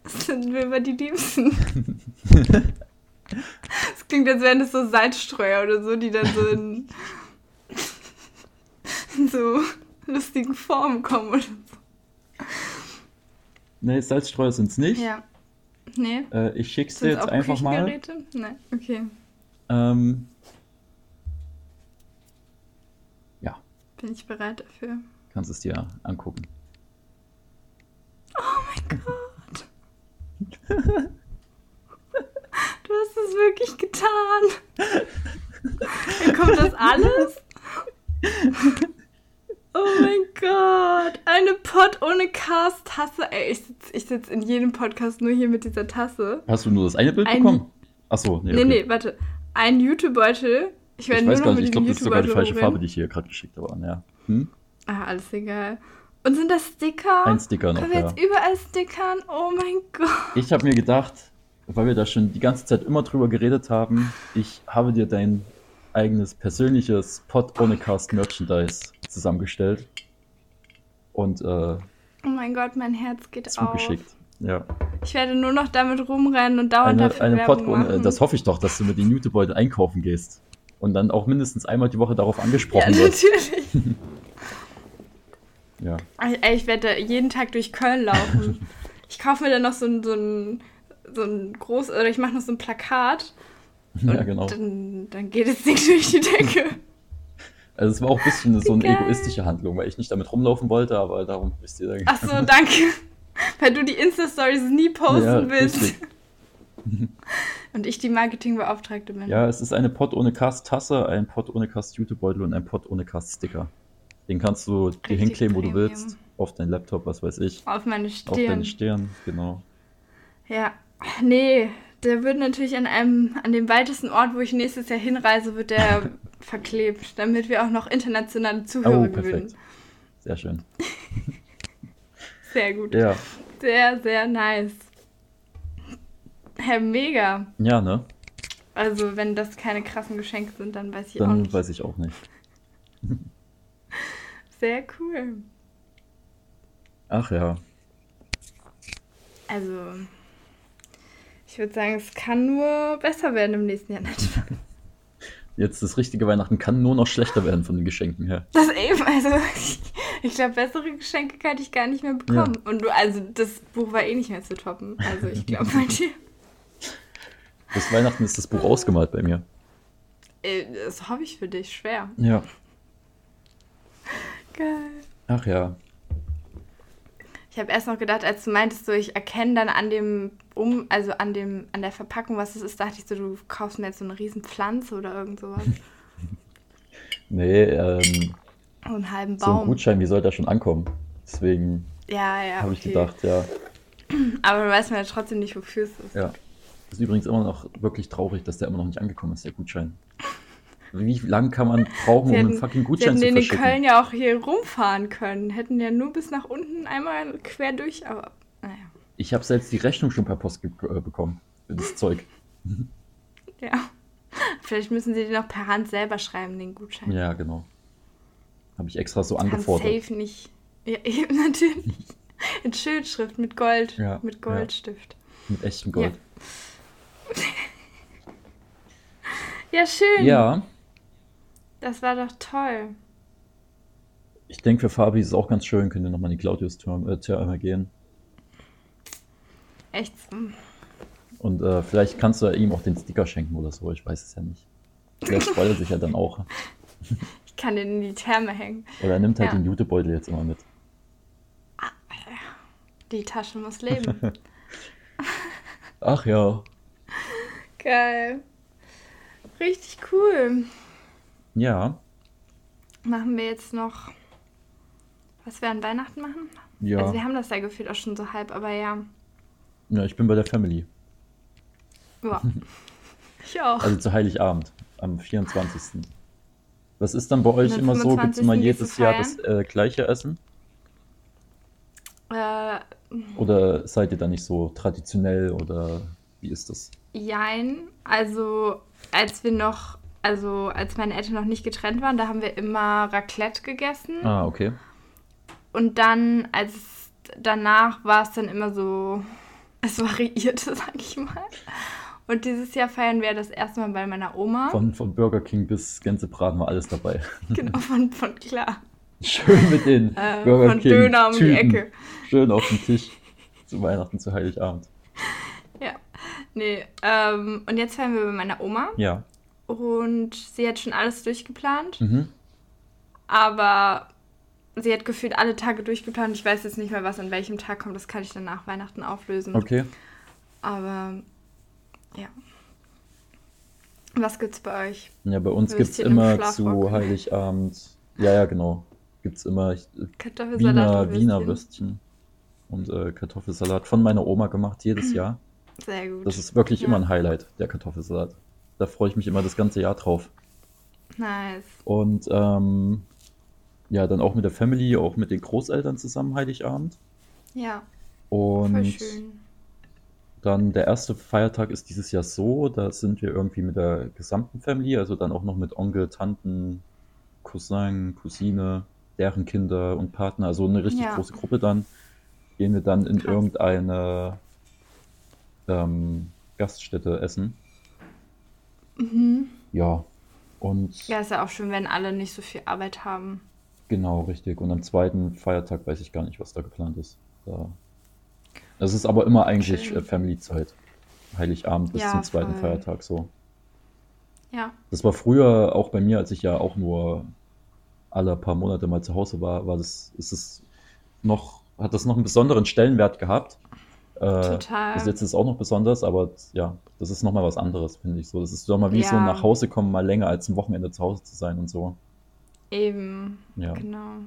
B: Das sind mir immer die Liebsten. Das klingt, als wären das so Salzstreuer oder so, die dann so in, in so lustigen Formen kommen. Oder so.
A: Ne, Salzstreuer sind's nicht.
B: Ja. Nee.
A: Äh, ich schick's dir
B: Sind es
A: jetzt
B: auch
A: einfach mal.
B: Küchengeräte? Nein, okay.
A: Ähm, ja,
B: Bin ich bereit dafür.
A: kannst es dir angucken.
B: Du hast es wirklich getan. Dann kommt das alles? Oh mein Gott. Eine Pod ohne Cast-Tasse. Ey, ich sitze ich sitz in jedem Podcast nur hier mit dieser Tasse.
A: Hast du nur das eine Bild
B: Ein-
A: bekommen? Achso, nee, okay.
B: Nee, nee, warte. Ein YouTube-Beutel. Ich werde
A: Ich
B: nur
A: weiß
B: noch
A: gar
B: mit
A: nicht, ich
B: diesem
A: glaube, das ist sogar die falsche
B: YouTube-Beutel
A: Farbe,
B: rumrennen.
A: die ich hier gerade geschickt habe. aber Ja. Hm?
B: Ah, alles egal. Und sind das Sticker?
A: Ein Sticker noch,
B: Ah, Können wir
A: ja.
B: jetzt überall stickern? Oh mein Gott.
A: Ich habe mir gedacht, weil wir da schon die ganze Zeit immer drüber geredet haben, ich habe dir dein eigenes persönliches Pod ohne Cast Merchandise zusammengestellt und äh,
B: Oh mein Gott, mein Herz geht auf.
A: zugeschickt. Ja,
B: Ich werde nur noch damit rumrennen und dauernd
A: eine,
B: dafür
A: eine Pod
B: Oh, Werbung
A: ohne, äh,
B: machen.
A: das hoffe ich doch, dass du mit den Jutebeutel einkaufen gehst und dann auch mindestens einmal die Woche darauf
B: ja,
A: angesprochen wirst.
B: natürlich.
A: Ja,
B: Ey, ich werde jeden Tag durch Köln laufen. Ich kaufe mir dann noch so ein, so ein, so ein groß, oder ich mache noch so ein Plakat.
A: ja genau.
B: Dann, dann geht es nicht durch die Decke.
A: Also es war auch ein bisschen so eine
B: Geil.
A: egoistische Handlung, weil ich nicht damit rumlaufen wollte, aber darum bist du
B: Ach so, danke. Weil du die Insta-Stories nie posten willst.
A: richtig.
B: Und ich die Marketingbeauftragte bin.
A: Ja, es ist eine Pot ohne Cast Tasse, ein Pot ohne Cast Jutebeutel und ein Pot ohne Cast Sticker. Den kannst du dir
B: Richtig
A: hinkleben, wo du
B: Premium.
A: willst. Auf deinen Laptop, was weiß ich.
B: Auf meine
A: Auf deine
B: Stirn.
A: Stirn, genau.
B: ja. Nee, der wird natürlich an einem, an dem weitesten Ort, wo ich nächstes Jahr hinreise, wird der verklebt, damit wir auch noch internationale Zuhörer
A: Oh,
B: gewinnen.
A: perfekt. Sehr schön.
B: Sehr gut.
A: Ja,
B: Sehr, sehr nice. Herr Mega.
A: ja ne?
B: Also, wenn das keine krassen Geschenke sind, dann weiß ich auch
A: Dann
B: nicht.
A: weiß ich auch nicht.
B: Sehr cool.
A: Ach ja.
B: Also, ich würde sagen, es kann nur besser werden im nächsten Jahr.
A: Jetzt das richtige Weihnachten kann nur noch schlechter werden von den Geschenken her.
B: Das eben, also, ich, ich glaube, bessere Geschenke könnte ich gar nicht mehr bekommen. Und du, also, das Buch war eh nicht mehr zu toppen. Also, ich glaube, bei dir.
A: Bis Weihnachten ist das Buch ausgemalt bei mir.
B: Äh, Das habe ich für dich schwer.
A: Ja.
B: Geil.
A: Ach ja.
B: Ich habe erst noch gedacht, als du meintest, so ich erkenne dann an dem um, also an dem an der Verpackung, was es ist, dachte ich so, du kaufst mir jetzt so eine riesen Pflanze oder irgend sowas,
A: Nee, ähm,
B: so einen halben
A: so ein
B: Baum.
A: Gutschein, wie soll der schon ankommen? Deswegen
B: ja, ja.
A: habe ich
B: okay.
A: gedacht, ja.
B: Aber dann weiß man ja trotzdem nicht, wofür es ist.
A: Ja. Ist übrigens immer noch wirklich traurig, dass der immer noch nicht angekommen ist, der Gutschein. Wie lange kann man brauchen, um
B: Sie
A: einen
B: hätten-
A: fucking
B: Sie
A: Gutschein
B: hätten
A: zu
B: den in
A: verschicken?
B: Köln ja auch hier rumfahren können. Hätten ja nur bis nach unten einmal quer durch, aber naja.
A: Ich habe selbst die Rechnung schon per Post ge- äh, bekommen. Für das Zeug.
B: Ja. Vielleicht müssen sie den noch per Hand selber schreiben, den Gutschein.
A: Ja, genau. Habe ich extra so
B: Kann
A: angefordert.
B: safe nicht. Ja, eben natürlich. In Schildschrift mit Gold,
A: Ja,
B: mit
A: ja.
B: Goldstift.
A: Mit echtem Gold.
B: Ja, schön.
A: Ja,
B: Das war doch toll.
A: ich denke für Fabi ist es auch ganz schön. Könnt ihr nochmal in die Claudius-Türme äh, Türme gehen.
B: Echt. mm.
A: Und äh, vielleicht kannst du ja ihm auch den Sticker schenken oder so. Ich weiß es ja nicht. Vielleicht freut er sich ja dann auch.
B: Ich kann den in die Therme hängen.
A: Oder er nimmt halt
B: Ja.
A: den Jutebeutel jetzt immer mit.
B: Die Tasche muss leben.
A: Ach ja.
B: Geil. Richtig cool.
A: Ja.
B: Machen wir jetzt noch, was wir an Weihnachten machen?
A: Ja.
B: Also wir haben das ja gefühlt auch schon so halb, aber ja.
A: ja, ich bin bei der Family.
B: ja. ich auch.
A: Also zu Heiligabend, am 24. Was ist dann bei euch
B: Und am
A: immer so? Gibt es immer
B: 25.
A: jedes
B: gehst du
A: Jahr das
B: feiern?
A: äh, gleiche Essen?
B: äh,
A: Oder seid ihr da nicht so traditionell oder wie ist das?
B: jein. Also als wir noch, also als meine Eltern noch nicht getrennt waren, da haben wir immer Raclette gegessen.
A: Ah, okay.
B: Und dann, als es danach war es dann immer so, es variierte, sag ich mal. Und dieses Jahr feiern wir das erste Mal bei meiner Oma.
A: Von, von Burger King bis Gänsebraten war alles dabei.
B: genau, von, von klar.
A: Schön mit den
B: Äh,
A: Burger
B: von
A: King
B: Döner um die
A: Tüten.
B: Ecke.
A: Schön auf dem Tisch. zu Weihnachten, zu Heiligabend.
B: Nee, ähm, und jetzt feiern wir bei meiner Oma.
A: Ja.
B: Und sie hat schon alles durchgeplant.
A: Mhm.
B: Aber sie hat gefühlt alle Tage durchgeplant. Ich weiß jetzt nicht mehr, was an welchem Tag kommt. Das kann ich dann nach Weihnachten auflösen.
A: Okay.
B: Aber ja. Was gibt's bei euch?
A: Ja, bei uns gibt es
B: Würstchen im
A: immer zu
B: Schlafrock.
A: Heiligabend. Ja, ja, genau. Gibt es immer
B: Kartoffelsalat
A: Wiener,
B: und
A: Wiener Würstchen und äh, Kartoffelsalat von meiner Oma gemacht, jedes Jahr.
B: Sehr gut.
A: Das ist wirklich
B: Ja.
A: immer ein Highlight, der Kartoffelsalat. Da freue ich mich immer das ganze Jahr drauf.
B: nice.
A: Und ähm, ja, dann auch mit der Family, auch mit den Großeltern zusammen Heiligabend.
B: Ja, voll
A: Und
B: schön.
A: dann der erste Feiertag ist dieses Jahr so, da sind wir irgendwie mit der gesamten Family, also dann auch noch mit Onkel, Tanten, Cousin, Cousine, deren Kinder und Partner, also eine richtig
B: Ja.
A: große Gruppe dann, gehen wir dann in
B: Krass.
A: irgendeine ähm, Gaststätte essen.
B: Mhm.
A: Ja, und
B: Ja, ist ja auch schön, wenn alle nicht so viel Arbeit haben.
A: genau, richtig. Und am zweiten Feiertag weiß ich gar nicht, was da geplant ist. Da. Das ist aber immer eigentlich
B: Schön.
A: äh, Family-Zeit. Heiligabend bis
B: Ja,
A: zum zweiten
B: voll.
A: Feiertag so.
B: Ja,
A: Das war früher auch bei mir, als ich ja auch nur alle paar Monate mal zu Hause war, war das, ist es noch, hat das noch einen besonderen Stellenwert gehabt. Äh,
B: total.
A: das jetzt ist auch noch besonders, aber ja, das ist nochmal was anderes, finde ich so. Das ist doch mal wie so
B: Ja.
A: nach Hause kommen, mal länger als ein Wochenende zu Hause zu sein und so.
B: Eben.
A: Ja.
B: Genau.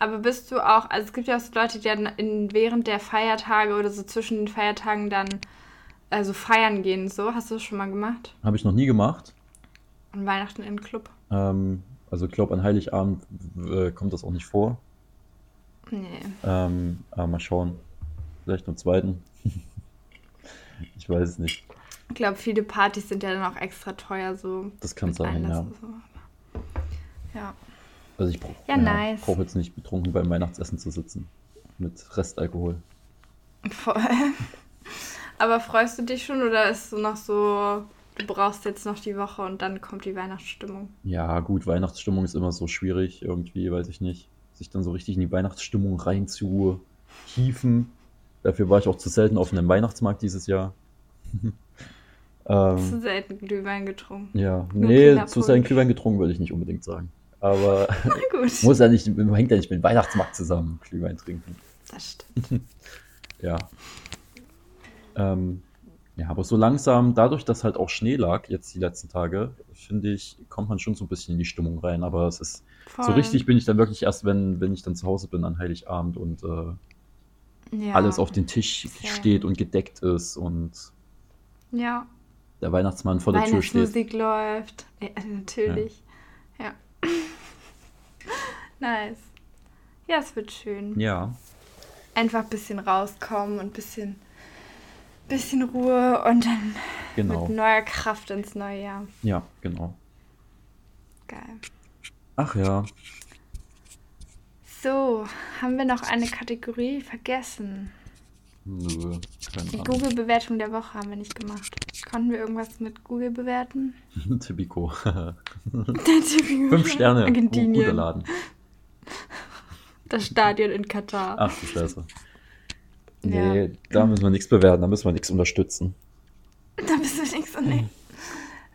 B: Aber bist du auch, also es gibt ja auch so Leute, die dann in, während der Feiertage oder so zwischen den Feiertagen dann also feiern gehen, so. Hast du das schon mal gemacht?
A: Habe ich noch nie gemacht.
B: An Weihnachten in den Club?
A: Ähm, also ich glaube, an Heiligabend w- äh, kommt das auch nicht vor.
B: Nee.
A: Ähm, aber mal schauen. Vielleicht am zweiten. ich weiß es nicht.
B: Ich glaube, viele Partys sind ja dann auch extra teuer, so.
A: Das kann
B: mit
A: sein,
B: Einlass
A: ja.
B: und so. Ja.
A: Also ich brauche
B: Ja, nice.
A: brauch jetzt nicht betrunken beim Weihnachtsessen zu sitzen. Mit Restalkohol.
B: Voll. Aber freust du dich schon oder ist so noch so, du brauchst jetzt noch die Woche und dann kommt die Weihnachtsstimmung?
A: Ja, gut, Weihnachtsstimmung ist immer so schwierig irgendwie, weiß ich nicht. Sich dann so richtig in die Weihnachtsstimmung rein zu hieven. Dafür war ich auch zu selten auf einem Weihnachtsmarkt dieses Jahr.
B: Zu
A: ähm,
B: selten Glühwein getrunken.
A: ja,
B: nur
A: nee,
B: Kinderpunsch.
A: zu seinen Glühwein getrunken würde ich nicht unbedingt sagen. Aber
B: Na gut.
A: muss ja nicht, hängt ja nicht mit dem Weihnachtsmarkt zusammen, Glühwein trinken.
B: Das stimmt.
A: Ja. Ähm, ja, aber so langsam, dadurch, dass halt auch Schnee lag jetzt die letzten Tage, finde ich, kommt man schon so ein bisschen in die Stimmung rein. Aber es ist so
B: Voll.
A: richtig bin ich dann wirklich erst, wenn, wenn ich dann zu Hause bin an Heiligabend und äh,
B: Ja.
A: alles auf den Tisch
B: Ja.
A: steht und gedeckt ist und
B: Ja.
A: der Weihnachtsmann vor der Tür steht.
B: Weihnachtsmusik läuft. Ja, natürlich. Ja. nice. Ja, es wird schön.
A: Ja,
B: Einfach ein bisschen rauskommen und ein bisschen, bisschen Ruhe und dann
A: genau.
B: mit neuer Kraft ins neue Jahr.
A: Ja, genau.
B: Geil.
A: Ach ja,
B: So, haben wir noch eine Kategorie vergessen?
A: nö,
B: Die
A: keine Ahnung.
B: Google-Bewertung der Woche haben wir nicht gemacht. Konnten wir irgendwas mit Google bewerten?
A: Typico.
B: Fünf
A: Fünf Sterne. Gu- Guter
B: Argentinien.
A: Laden.
B: Das Stadion in Katar.
A: Ach du Scheiße.
B: Ja.
A: Nee, da müssen wir nichts bewerten, da müssen wir nichts unterstützen.
B: Da bist du nichts und nee.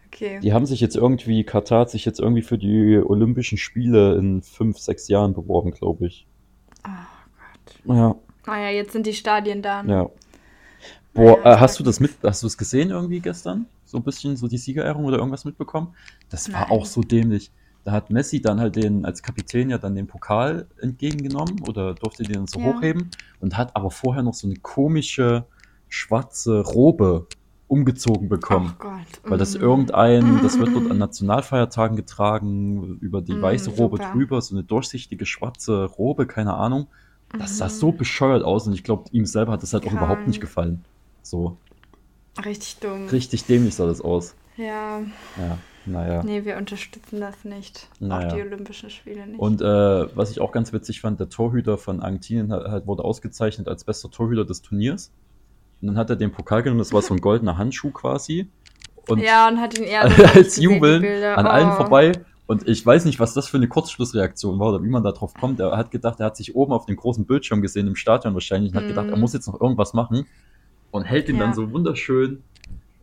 B: Okay.
A: Die haben sich jetzt irgendwie, Katar hat sich jetzt irgendwie für die Olympischen Spiele in fünf, sechs Jahren beworben, glaube ich.
B: Oh Gott.
A: Ja,
B: Naja, Ah jetzt sind die Stadien da. ne?
A: ja. Boah,
B: Ja,
A: äh, hast du
B: sag
A: das mit, hast du es gesehen irgendwie gestern? So ein bisschen so die Siegerehrung oder irgendwas mitbekommen? Das war
B: Nein.
A: auch so dämlich. Da hat Messi dann halt den, als Kapitän ja dann den Pokal entgegengenommen oder durfte den so
B: Ja.
A: hochheben und hat aber vorher noch so eine komische schwarze Robe umgezogen bekommen.
B: Oh Gott.
A: Weil das
B: mm.
A: irgendein, das wird dort an Nationalfeiertagen getragen, über die
B: Mm,
A: weiße Robe
B: super.
A: drüber, so eine durchsichtige schwarze Robe, keine Ahnung. Das sah
B: Mhm.
A: so bescheuert aus und ich glaube, ihm selber hat das halt auch
B: Krank.
A: überhaupt nicht gefallen. So,
B: Richtig dumm.
A: richtig dämlich sah das aus.
B: Ja.
A: Ja, naja.
B: Nee, wir unterstützen das nicht.
A: Naja.
B: Auch die Olympischen Spiele nicht.
A: Und äh, was ich auch ganz witzig fand, der Torhüter von Argentinien hat, hat, wurde ausgezeichnet als bester Torhüter des Turniers. Und dann hat er den Pokal genommen, das war so ein goldener Handschuh quasi. Und
B: ja, und hat ihn eher so
A: als
B: gesehen, die
A: Jubeln
B: Bilder.
A: an
B: oh.
A: allen vorbei. Und ich weiß nicht, was das für eine Kurzschlussreaktion war oder wie man da drauf kommt. Er hat gedacht, er hat sich oben auf dem großen Bildschirm gesehen im Stadion wahrscheinlich und hat
B: Mhm.
A: gedacht, er muss jetzt noch irgendwas machen und hält ihn
B: Ja.
A: dann so wunderschön,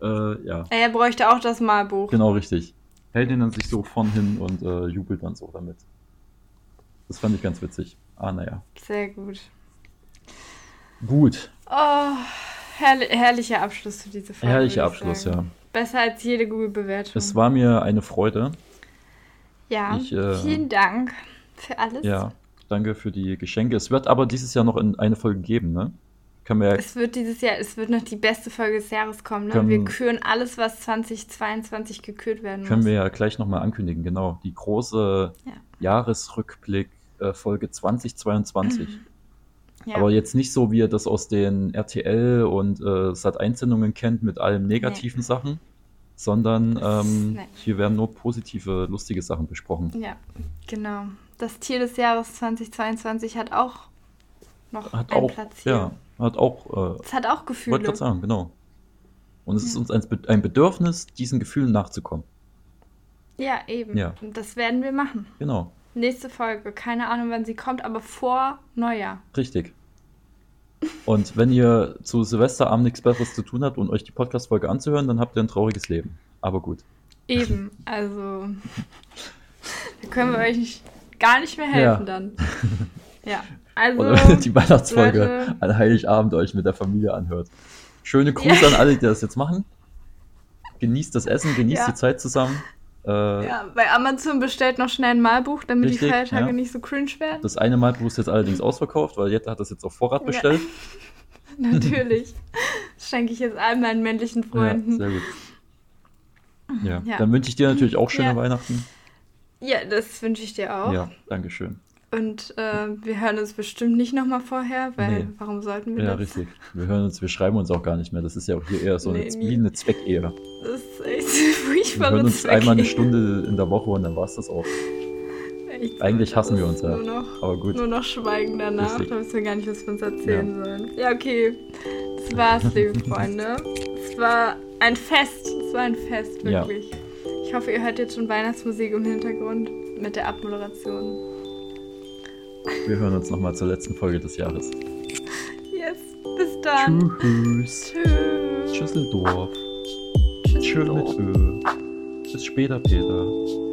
A: äh, ja,
B: Er bräuchte auch das Malbuch.
A: genau richtig. Hält ihn dann sich so vorn hin und äh, jubelt dann so damit. Das fand ich ganz witzig. Ah, naja.
B: Sehr gut.
A: Gut.
B: Oh, herrli- herrlicher Abschluss zu dieser Folge.
A: Herrlicher
B: würde ich
A: Abschluss,
B: sagen.
A: ja.
B: Besser als jede Google-Bewertung.
A: Es war mir eine Freude.
B: Ja,
A: ich, äh,
B: vielen Dank für alles.
A: Ja. Danke für die Geschenke. Es wird aber dieses Jahr noch in eine Folge geben, ne? Kann man ja
B: Es wird dieses Jahr, es wird noch die beste Folge des Jahres kommen. Ne?
A: Können-
B: wir küren alles, was 2022 gekürt werden muss.
A: Können wir ja gleich nochmal ankündigen, genau. Die große äh,
B: Ja. ja. Mhm.
A: Aber jetzt nicht so, wie ihr das aus den RTL und äh, Sat-1-Sendungen kennt mit allen negativen Sachen, sondern ähm,
B: Nee.
A: hier werden nur positive, lustige Sachen besprochen.
B: ja, genau. Das Tier des Jahres 2022 hat auch noch
A: Hat
B: einen
A: auch,
B: Platz hier.
A: ja, hat auch, äh,
B: Es hat auch
A: wollte
B: Gefühle.
A: gerade sagen, genau. Und es ist
B: Ja.
A: uns ein, Be- ein Bedürfnis, diesen Gefühlen nachzukommen.
B: Ja, eben.
A: Ja.
B: Und das werden wir machen.
A: Genau,
B: Nächste Folge, keine Ahnung, wann sie kommt, aber vor Neujahr.
A: richtig. Und wenn ihr zu Silvesterabend nichts Besseres zu tun habt und euch die Podcast-Folge anzuhören, dann habt ihr ein trauriges Leben. Aber gut.
B: Eben, also da können wir euch nicht, gar nicht mehr helfen
A: Ja.
B: dann. Ja, also
A: Oder die Weihnachtsfolge
B: Leute.
A: an Heiligabend euch mit der Familie anhört. Schöne Grüße an alle, die das jetzt machen. Genießt das Essen, genießt
B: Ja.
A: die Zeit zusammen. Äh,
B: ja, bei Amazon bestellt noch schnell ein Malbuch, damit die
A: Richtig,
B: Feiertage
A: ja.
B: nicht so cringe werden.
A: Das eine Malbuch ist jetzt allerdings ausverkauft, weil Jette hat das jetzt auf Vorrat
B: Ja,
A: bestellt.
B: Natürlich. Das schenke ich jetzt all meinen männlichen
A: Ja,
B: Freunden.
A: sehr gut. Ja.
B: Ja.
A: dann wünsche ich dir natürlich auch schöne
B: Ja.
A: Weihnachten.
B: Ja, das wünsche ich dir auch.
A: Ja, danke schön.
B: Und äh, wir hören uns bestimmt nicht nochmal vorher, weil
A: Nee.
B: warum sollten wir
A: Ja,
B: das?
A: richtig. Wir hören uns, wir schreiben uns auch gar nicht mehr. Das ist ja auch hier eher so eine,
B: Nee, nie.
A: wie eine Zweckehe.
B: Das ist echt furchtbar.
A: Wir hören uns einmal eine Stunde in der Woche und dann war es das auch. Eigentlich hassen wir uns ja.
B: Nur noch,
A: Aber gut.
B: nur noch schweigen danach.
A: Richtig.
B: Da wissen wir gar nicht, was wir uns erzählen sollen. Ja, okay. Das war's, liebe Freunde. Es war ein Fest. Es war ein Fest,
A: Ja.
B: wirklich. Ich hoffe, ihr hört jetzt schon Weihnachtsmusik im Hintergrund mit der Abmoderation.
A: Wir hören uns nochmal zur letzten Folge des Jahres.
B: Yes, bis dann.
A: Tschüss.
B: Tschüss.
A: Schüsseldorf.
B: Tschüss.
A: Schön mit Ö. Bis später, Peter.